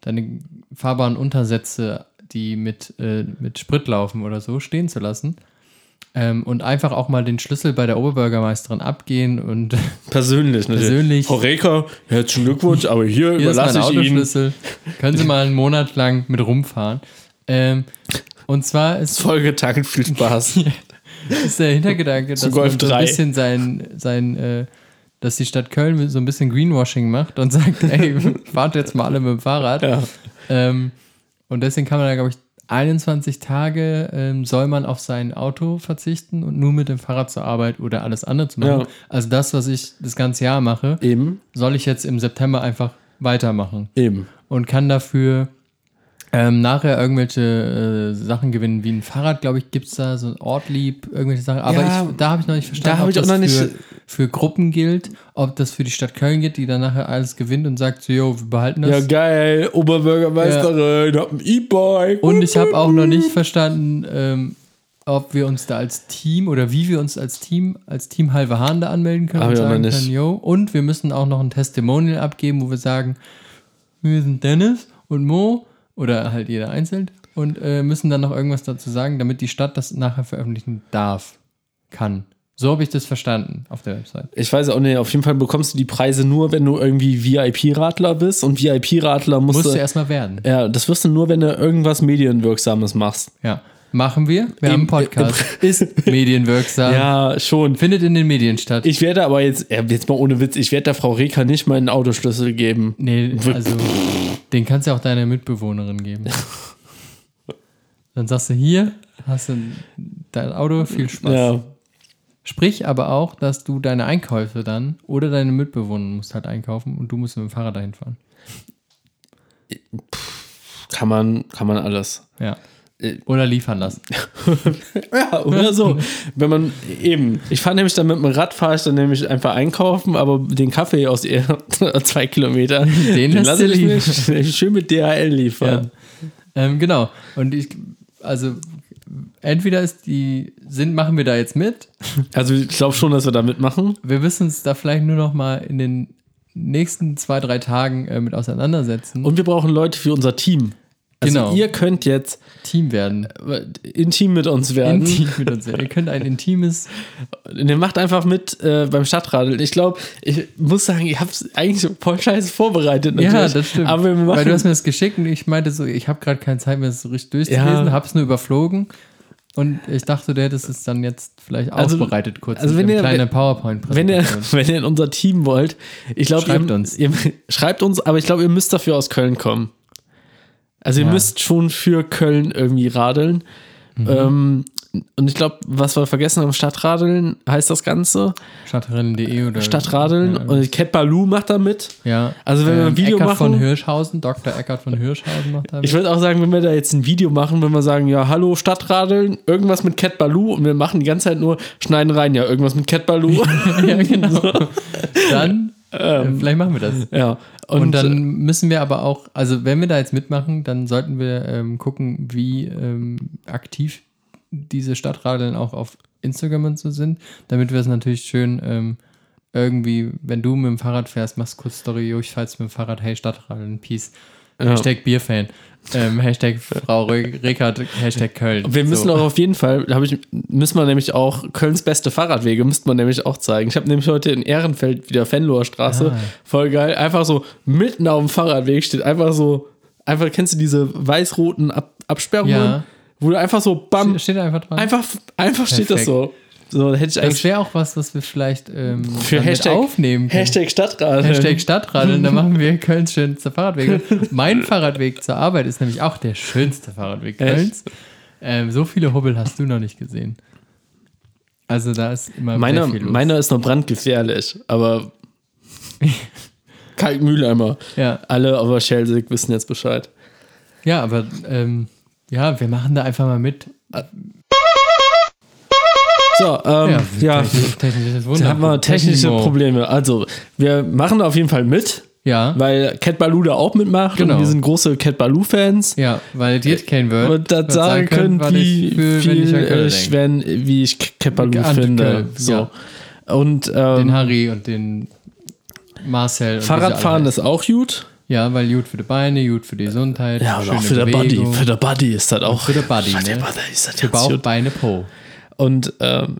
Speaker 3: deine fahrbaren Untersätze, die mit, äh, mit Sprit laufen oder so, stehen zu lassen. Ähm, und einfach auch mal den Schlüssel bei der Oberbürgermeisterin abgehen und <laughs>
Speaker 2: Persönlich, natürlich.
Speaker 3: Persönlich.
Speaker 2: Frau Reker, herzlichen Glückwunsch, aber hier,
Speaker 3: hier ist mein
Speaker 2: überlasse ich Ihnen.
Speaker 3: Autoschlüssel. Können Sie mal einen Monat lang mit rumfahren. Ähm, und zwar ist
Speaker 2: Voll getankt, viel
Speaker 3: <laughs>
Speaker 2: Spaß.
Speaker 3: ist der Hintergedanke, dass
Speaker 2: Golf
Speaker 3: man so ein
Speaker 2: drei.
Speaker 3: bisschen sein, sein äh, dass die Stadt Köln so ein bisschen Greenwashing macht
Speaker 2: <laughs>
Speaker 3: und sagt, ey, fahrt jetzt mal alle mit dem Fahrrad.
Speaker 2: ja.
Speaker 3: Ähm, und deswegen kann man da, glaube ich, 21 Tage ähm, soll man auf sein Auto verzichten und nur mit dem Fahrrad zur Arbeit oder alles andere zu machen.
Speaker 2: Ja.
Speaker 3: Also das, was ich das ganze Jahr mache,
Speaker 2: Eben,
Speaker 3: soll ich jetzt im September einfach weitermachen
Speaker 2: eben.
Speaker 3: und kann dafür ähm, nachher irgendwelche äh, Sachen gewinnen, wie ein Fahrrad, glaube ich, gibt es da so ein Ortlieb, irgendwelche Sachen. Aber
Speaker 2: Ja,
Speaker 3: ich, da habe ich noch nicht verstanden,
Speaker 2: hab
Speaker 3: ob
Speaker 2: ich auch
Speaker 3: das
Speaker 2: noch nicht-
Speaker 3: für, für Gruppen gilt, ob das für die Stadt Köln gilt, die dann nachher alles gewinnt und sagt so, jo, wir behalten
Speaker 2: Ja,
Speaker 3: das.
Speaker 2: geil, Oberbürgermeisterin, hab ein E-Bike.
Speaker 3: und ich habe auch noch nicht verstanden, ähm, ob wir uns da als Team oder wie wir uns als Team, als Team Halve Hahn da anmelden können
Speaker 2: Hab
Speaker 3: und
Speaker 2: ich auch noch
Speaker 3: sagen
Speaker 2: nicht.
Speaker 3: können, yo, und wir müssen auch noch ein Testimonial abgeben, wo wir sagen, wir sind Dennis und Mo oder halt jeder einzeln und äh, müssen dann noch irgendwas dazu sagen, damit die Stadt das nachher veröffentlichen darf, kann. So habe ich das verstanden auf der Website.
Speaker 2: Ich weiß auch nicht, auf jeden Fall bekommst du die Preise nur, wenn du irgendwie VIP-Radler bist. Und VIP-Radler musst,
Speaker 3: Musste
Speaker 2: du.
Speaker 3: erstmal werden.
Speaker 2: Ja, das wirst du nur, wenn du irgendwas Medienwirksames machst.
Speaker 3: Ja. Machen wir. Wir
Speaker 2: Im-
Speaker 3: haben
Speaker 2: <laughs>
Speaker 3: einen Podcast. Ist medienwirksam.
Speaker 2: Ja, schon.
Speaker 3: Findet in den Medien statt.
Speaker 2: Ich werde aber jetzt, ja, jetzt mal ohne Witz, ich werde der Frau Reker nicht meinen Autoschlüssel geben.
Speaker 3: Nee, also den kannst du auch deiner Mitbewohnerin geben. Dann sagst du hier, hast du dein Auto, viel Spaß.
Speaker 2: Ja,
Speaker 3: Sprich aber auch, dass du deine Einkäufe dann oder deine Mitbewohnerin musst halt einkaufen und du musst mit dem Fahrrad dahin fahren.
Speaker 2: kann man, kann man alles.
Speaker 3: Ja.
Speaker 2: Äh.
Speaker 3: Oder liefern lassen.
Speaker 2: <laughs> Ja, <laughs> oder so. Wenn man eben, ich fahre nämlich dann mit dem Rad, fahre ich dann nämlich einfach einkaufen, aber den Kaffee aus ihr, <laughs> zwei Kilometer, den,
Speaker 3: lässt
Speaker 2: lasse
Speaker 3: du
Speaker 2: ich <laughs> mir schön mit DHL liefern.
Speaker 3: Ähm, genau. Und ich, also entweder ist die Sinn, machen wir da jetzt mit.
Speaker 2: Also ich glaube schon, dass wir da mitmachen.
Speaker 3: Wir müssen uns da vielleicht nur noch mal in den nächsten zwei, drei Tagen äh, mit auseinandersetzen.
Speaker 2: Und wir brauchen Leute für unser Team. Also
Speaker 3: Genau.
Speaker 2: ihr könnt jetzt
Speaker 3: Team werden.
Speaker 2: äh, intim mit uns werden.
Speaker 3: Intim mit uns. Ihr könnt ein intimes.
Speaker 2: Ihr macht einfach mit äh, beim Stadtradeln. Ich glaube, ich muss sagen, ihr habt eigentlich voll scheiße vorbereitet. Natürlich.
Speaker 3: <laughs> Ja, das stimmt.
Speaker 2: Aber wir machen,
Speaker 3: Weil du hast mir das geschickt und ich meinte so, ich habe gerade keine Zeit mehr, das so richtig durchzulesen,
Speaker 2: Ja.
Speaker 3: hab's nur überflogen. Und ich dachte, du hättest es dann jetzt vielleicht
Speaker 2: Also-
Speaker 3: ausbereitet kurz.
Speaker 2: also
Speaker 3: mit
Speaker 2: wenn
Speaker 3: einem
Speaker 2: ihr-
Speaker 3: kleinen
Speaker 2: wenn ihr,
Speaker 3: PowerPoint-Präsentation.
Speaker 2: wenn ihr in unser Team wollt, ich glaube,
Speaker 3: Schreibt
Speaker 2: ihr,
Speaker 3: uns.
Speaker 2: Ihr, <laughs> schreibt uns, aber ich glaube, ihr müsst dafür aus Köln kommen. Also ihr
Speaker 3: Ja. Mhm.
Speaker 2: müsst schon für Köln irgendwie radeln. Ähm, und ich glaube, was wir vergessen haben, Stadtradeln heißt das Ganze.
Speaker 3: Stadtrennen.de oder.
Speaker 2: Stadtradeln.
Speaker 3: Äh, Ja.
Speaker 2: Und Cat Baloo macht da mit.
Speaker 3: ja. Ähm,
Speaker 2: Also wenn wir ein Video
Speaker 3: Eckart von
Speaker 2: machen-
Speaker 3: Hirschhausen, Dr. Eckart von Hirschhausen macht da.
Speaker 2: Ich würde auch sagen, wenn wir da jetzt ein Video machen, wenn wir sagen, ja, hallo Stadtradeln, irgendwas mit Cat Baloo und wir machen die ganze Zeit nur, schneiden rein, ja, irgendwas mit Cat
Speaker 3: <laughs>
Speaker 2: Baloo. <laughs>
Speaker 3: ja, genau. Dann,
Speaker 2: Ähm.
Speaker 3: äh, vielleicht machen wir das.
Speaker 2: ja.
Speaker 3: Und,
Speaker 2: äh,
Speaker 3: dann müssen wir aber auch, also wenn wir da jetzt mitmachen, dann sollten wir ähm, gucken, wie ähm, aktiv diese Stadtradeln auch auf Instagram und so sind, damit wir es natürlich schön ähm, irgendwie, wenn du mit dem Fahrrad fährst, machst kurz Story, jo, ich fahr jetzt mit dem Fahrrad, hey Stadtradeln, peace. Hashtag Bierfan, ähm, Hashtag Frau Rö- Rickert, Hashtag Köln.
Speaker 2: Wir müssen
Speaker 3: so.
Speaker 2: auch auf jeden Fall, da hab ich, müssen wir nämlich auch Kölns beste Fahrradwege, müsste man nämlich auch zeigen. Ich habe nämlich heute in Ehrenfeld wieder Fenloher Straße,
Speaker 3: Ah.
Speaker 2: voll geil, einfach so mitten auf dem Fahrradweg steht einfach so, einfach kennst du diese weiß-roten Ab Absperrungen,
Speaker 3: Ja.
Speaker 2: wo du einfach so, bam,
Speaker 3: Steht einfach dran.
Speaker 2: einfach, einfach steht das
Speaker 3: Perfekt.
Speaker 2: so. So, da hätte ich
Speaker 3: das
Speaker 2: eigentlich
Speaker 3: wäre auch was, was wir vielleicht ähm,
Speaker 2: für
Speaker 3: dann mit
Speaker 2: Hashtag,
Speaker 3: aufnehmen können.
Speaker 2: Hashtag Stadtradeln. <laughs>
Speaker 3: Hashtag Stadtradeln, dann machen wir Kölns schönster Fahrradweg.
Speaker 2: <laughs>
Speaker 3: Mein Fahrradweg zur Arbeit ist nämlich auch der schönste Fahrradweg
Speaker 2: Echt?
Speaker 3: Kölns. Ähm, so viele Hubbel hast du noch nicht gesehen. Also da ist immer
Speaker 2: Meiner,
Speaker 3: sehr viel los.
Speaker 2: meiner ist noch brandgefährlich,
Speaker 3: <laughs>
Speaker 2: aber Kalkmühleimer.
Speaker 3: ja.
Speaker 2: Alle aber Schelsig wissen jetzt Bescheid.
Speaker 3: ja, aber ähm, ja, wir machen da einfach mal mit.
Speaker 2: Ähm, So, ähm, ja,
Speaker 3: technisch- technisches Wunder.
Speaker 2: da haben wir technische
Speaker 3: Technimo.
Speaker 2: Probleme. Also, wir machen auf jeden Fall mit,
Speaker 3: Ja,
Speaker 2: weil Cat Baloo da auch mitmacht
Speaker 3: Genau.
Speaker 2: und wir sind große Cat Baloo-Fans.
Speaker 3: ja, weil dir kein wird.
Speaker 2: Äh, Und dann
Speaker 3: wird
Speaker 2: sagen können,
Speaker 3: was
Speaker 2: wie
Speaker 3: ich fühl, wenn ich
Speaker 2: viel äh,
Speaker 3: an Köln
Speaker 2: ich,
Speaker 3: denk.
Speaker 2: wenn, wie ich Cat Baloo
Speaker 3: An
Speaker 2: finde.
Speaker 3: Köln,
Speaker 2: So. Und ähm,
Speaker 3: Den Harry und den Marcel. und wie sie alle
Speaker 2: Fahrradfahren ist auch gut.
Speaker 3: Ja, weil gut für die Beine, gut für die Gesundheit.
Speaker 2: Ja, und
Speaker 3: schöne
Speaker 2: auch für der Body.
Speaker 3: Bewegung,
Speaker 2: Für der Body ist das auch.
Speaker 3: Für der Body,
Speaker 2: Für der
Speaker 3: ne?
Speaker 2: Body ist das
Speaker 3: für
Speaker 2: ganz
Speaker 3: Bauch,
Speaker 2: gut.
Speaker 3: Beine, Po.
Speaker 2: Und ähm,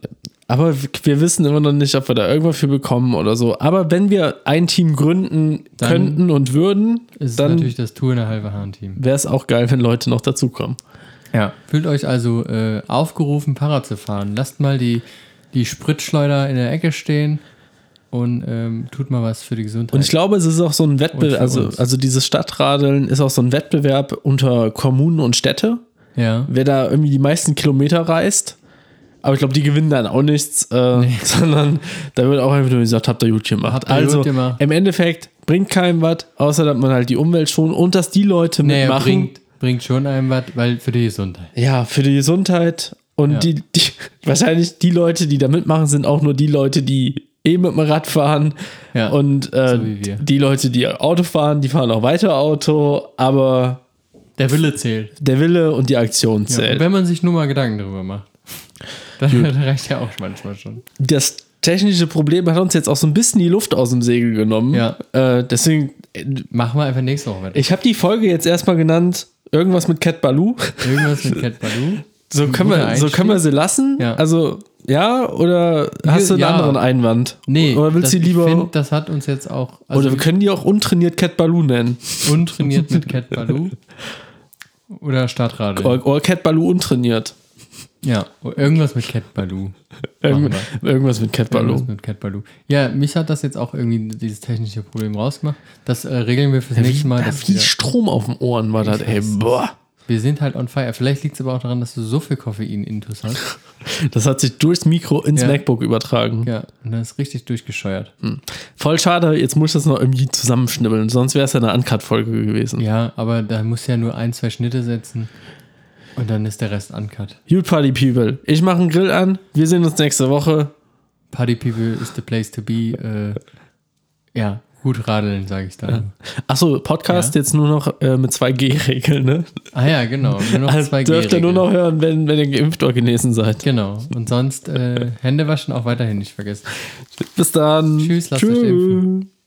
Speaker 2: aber wir wissen immer noch nicht, ob wir da irgendwas für bekommen oder so. Aber wenn wir ein Team gründen
Speaker 3: Dann
Speaker 2: könnten und würden,
Speaker 3: Es ist
Speaker 2: dann
Speaker 3: natürlich das Tour in der halbe Hahn-Team.
Speaker 2: wäre es auch geil, wenn Leute noch dazukommen.
Speaker 3: Ja. Fühlt euch also äh, aufgerufen, Para zu fahren. Lasst mal die, die Spritschleuder in der Ecke stehen und ähm, tut mal was für die Gesundheit.
Speaker 2: Und ich glaube, es ist auch so ein
Speaker 3: Und
Speaker 2: Wettbewerb,
Speaker 3: für
Speaker 2: also,
Speaker 3: uns.
Speaker 2: also dieses Stadtradeln ist auch so ein Wettbewerb unter Kommunen und Städte,
Speaker 3: ja.
Speaker 2: wer da irgendwie die meisten Kilometer reist. Aber ich glaube, die gewinnen dann auch nichts, äh, <laughs> sondern da wird auch einfach nur gesagt, habt ihr gut gemacht.
Speaker 3: Habt ihr
Speaker 2: also
Speaker 3: gut gemacht.
Speaker 2: im Endeffekt bringt keinem was, außer dass man halt die Umwelt schont und dass die Leute
Speaker 3: Naja,
Speaker 2: mitmachen.
Speaker 3: bringt, bringt schon einem was, weil für die Gesundheit.
Speaker 2: Ja, für die Gesundheit. Und
Speaker 3: Ja.
Speaker 2: die, die, <laughs> wahrscheinlich die Leute, die da mitmachen, sind auch nur die Leute, die eh mit dem Rad fahren.
Speaker 3: Ja,
Speaker 2: und äh,
Speaker 3: so wie wir.
Speaker 2: die Leute, die Auto fahren, die fahren auch weiter Auto. Aber
Speaker 3: Der Wille zählt.
Speaker 2: der Wille und die Aktion
Speaker 3: Ja, und
Speaker 2: zählt.
Speaker 3: wenn man sich nur mal Gedanken darüber macht, <laughs> dann <laughs> reicht ja auch manchmal schon.
Speaker 2: das technische Problem hat uns jetzt auch so ein bisschen die Luft aus dem Segel genommen.
Speaker 3: Ja.
Speaker 2: Äh, deswegen, äh,
Speaker 3: Machen wir einfach nächste Woche weiter.
Speaker 2: ich habe die Folge jetzt erstmal genannt, irgendwas mit Cat
Speaker 3: <laughs>
Speaker 2: Baloo.
Speaker 3: Irgendwas mit Cat Baloo.
Speaker 2: So
Speaker 3: Ein
Speaker 2: können,
Speaker 3: guter
Speaker 2: wir, so
Speaker 3: Einstieg.
Speaker 2: können wir sie lassen.
Speaker 3: Ja.
Speaker 2: Also, ja, oder hast du einen
Speaker 3: ja.
Speaker 2: anderen Einwand?
Speaker 3: Nee,
Speaker 2: Oder willst
Speaker 3: das,
Speaker 2: du die lieber.
Speaker 3: Ich find, also das hat uns jetzt auch also
Speaker 2: Oder wir können die auch untrainiert Cat Baloo nennen. <laughs>
Speaker 3: untrainiert mit Cat Baloo. Oder Stadtradel.
Speaker 2: Oder, oder Cat Baloo untrainiert.
Speaker 3: Ja, oh, irgendwas mit Cat Baloo.
Speaker 2: Irgend,
Speaker 3: Machen
Speaker 2: irgendwas mit Cat
Speaker 3: Irgendwas
Speaker 2: Baloo.
Speaker 3: mit Cat Baloo. Ja, mich hat das jetzt auch irgendwie dieses technische Problem rausgemacht. Das äh, regeln wir fürs nächste Mal.
Speaker 2: Ja,
Speaker 3: dass
Speaker 2: wie
Speaker 3: wir-
Speaker 2: Strom auf den Ohren war das, ey. Boah.
Speaker 3: Wir sind halt on fire. Vielleicht liegt es aber auch daran, dass du so viel
Speaker 2: <laughs>
Speaker 3: Koffein-Intus hast.
Speaker 2: Das hat sich durchs Mikro ins
Speaker 3: Ja.
Speaker 2: MacBook übertragen.
Speaker 3: Ja, und dann ist richtig durchgescheuert.
Speaker 2: Mhm. Voll schade, jetzt muss ich das noch irgendwie zusammenschnibbeln, sonst wäre es ja eine Uncut-Folge gewesen.
Speaker 3: Ja, aber da musst du ja nur ein, zwei Schnitte setzen und dann ist der Rest uncut.
Speaker 2: Good Party People. Ich mache einen Grill an. Wir sehen uns nächste Woche.
Speaker 3: Party People is the place to be. Äh, ja, gut radeln, sage ich da.
Speaker 2: Achso, Podcast jetzt nur noch äh, mit 2G-Regeln, ne?
Speaker 3: Ah ja, genau. Nur noch
Speaker 2: Also
Speaker 3: zwei
Speaker 2: dürft ihr nur noch hören, wenn, wenn ihr geimpft oder genesen seid.
Speaker 3: Genau. Und sonst äh, Hände waschen auch weiterhin nicht vergessen.
Speaker 2: Bis dann.
Speaker 3: Tschüss, lasst euch impfen.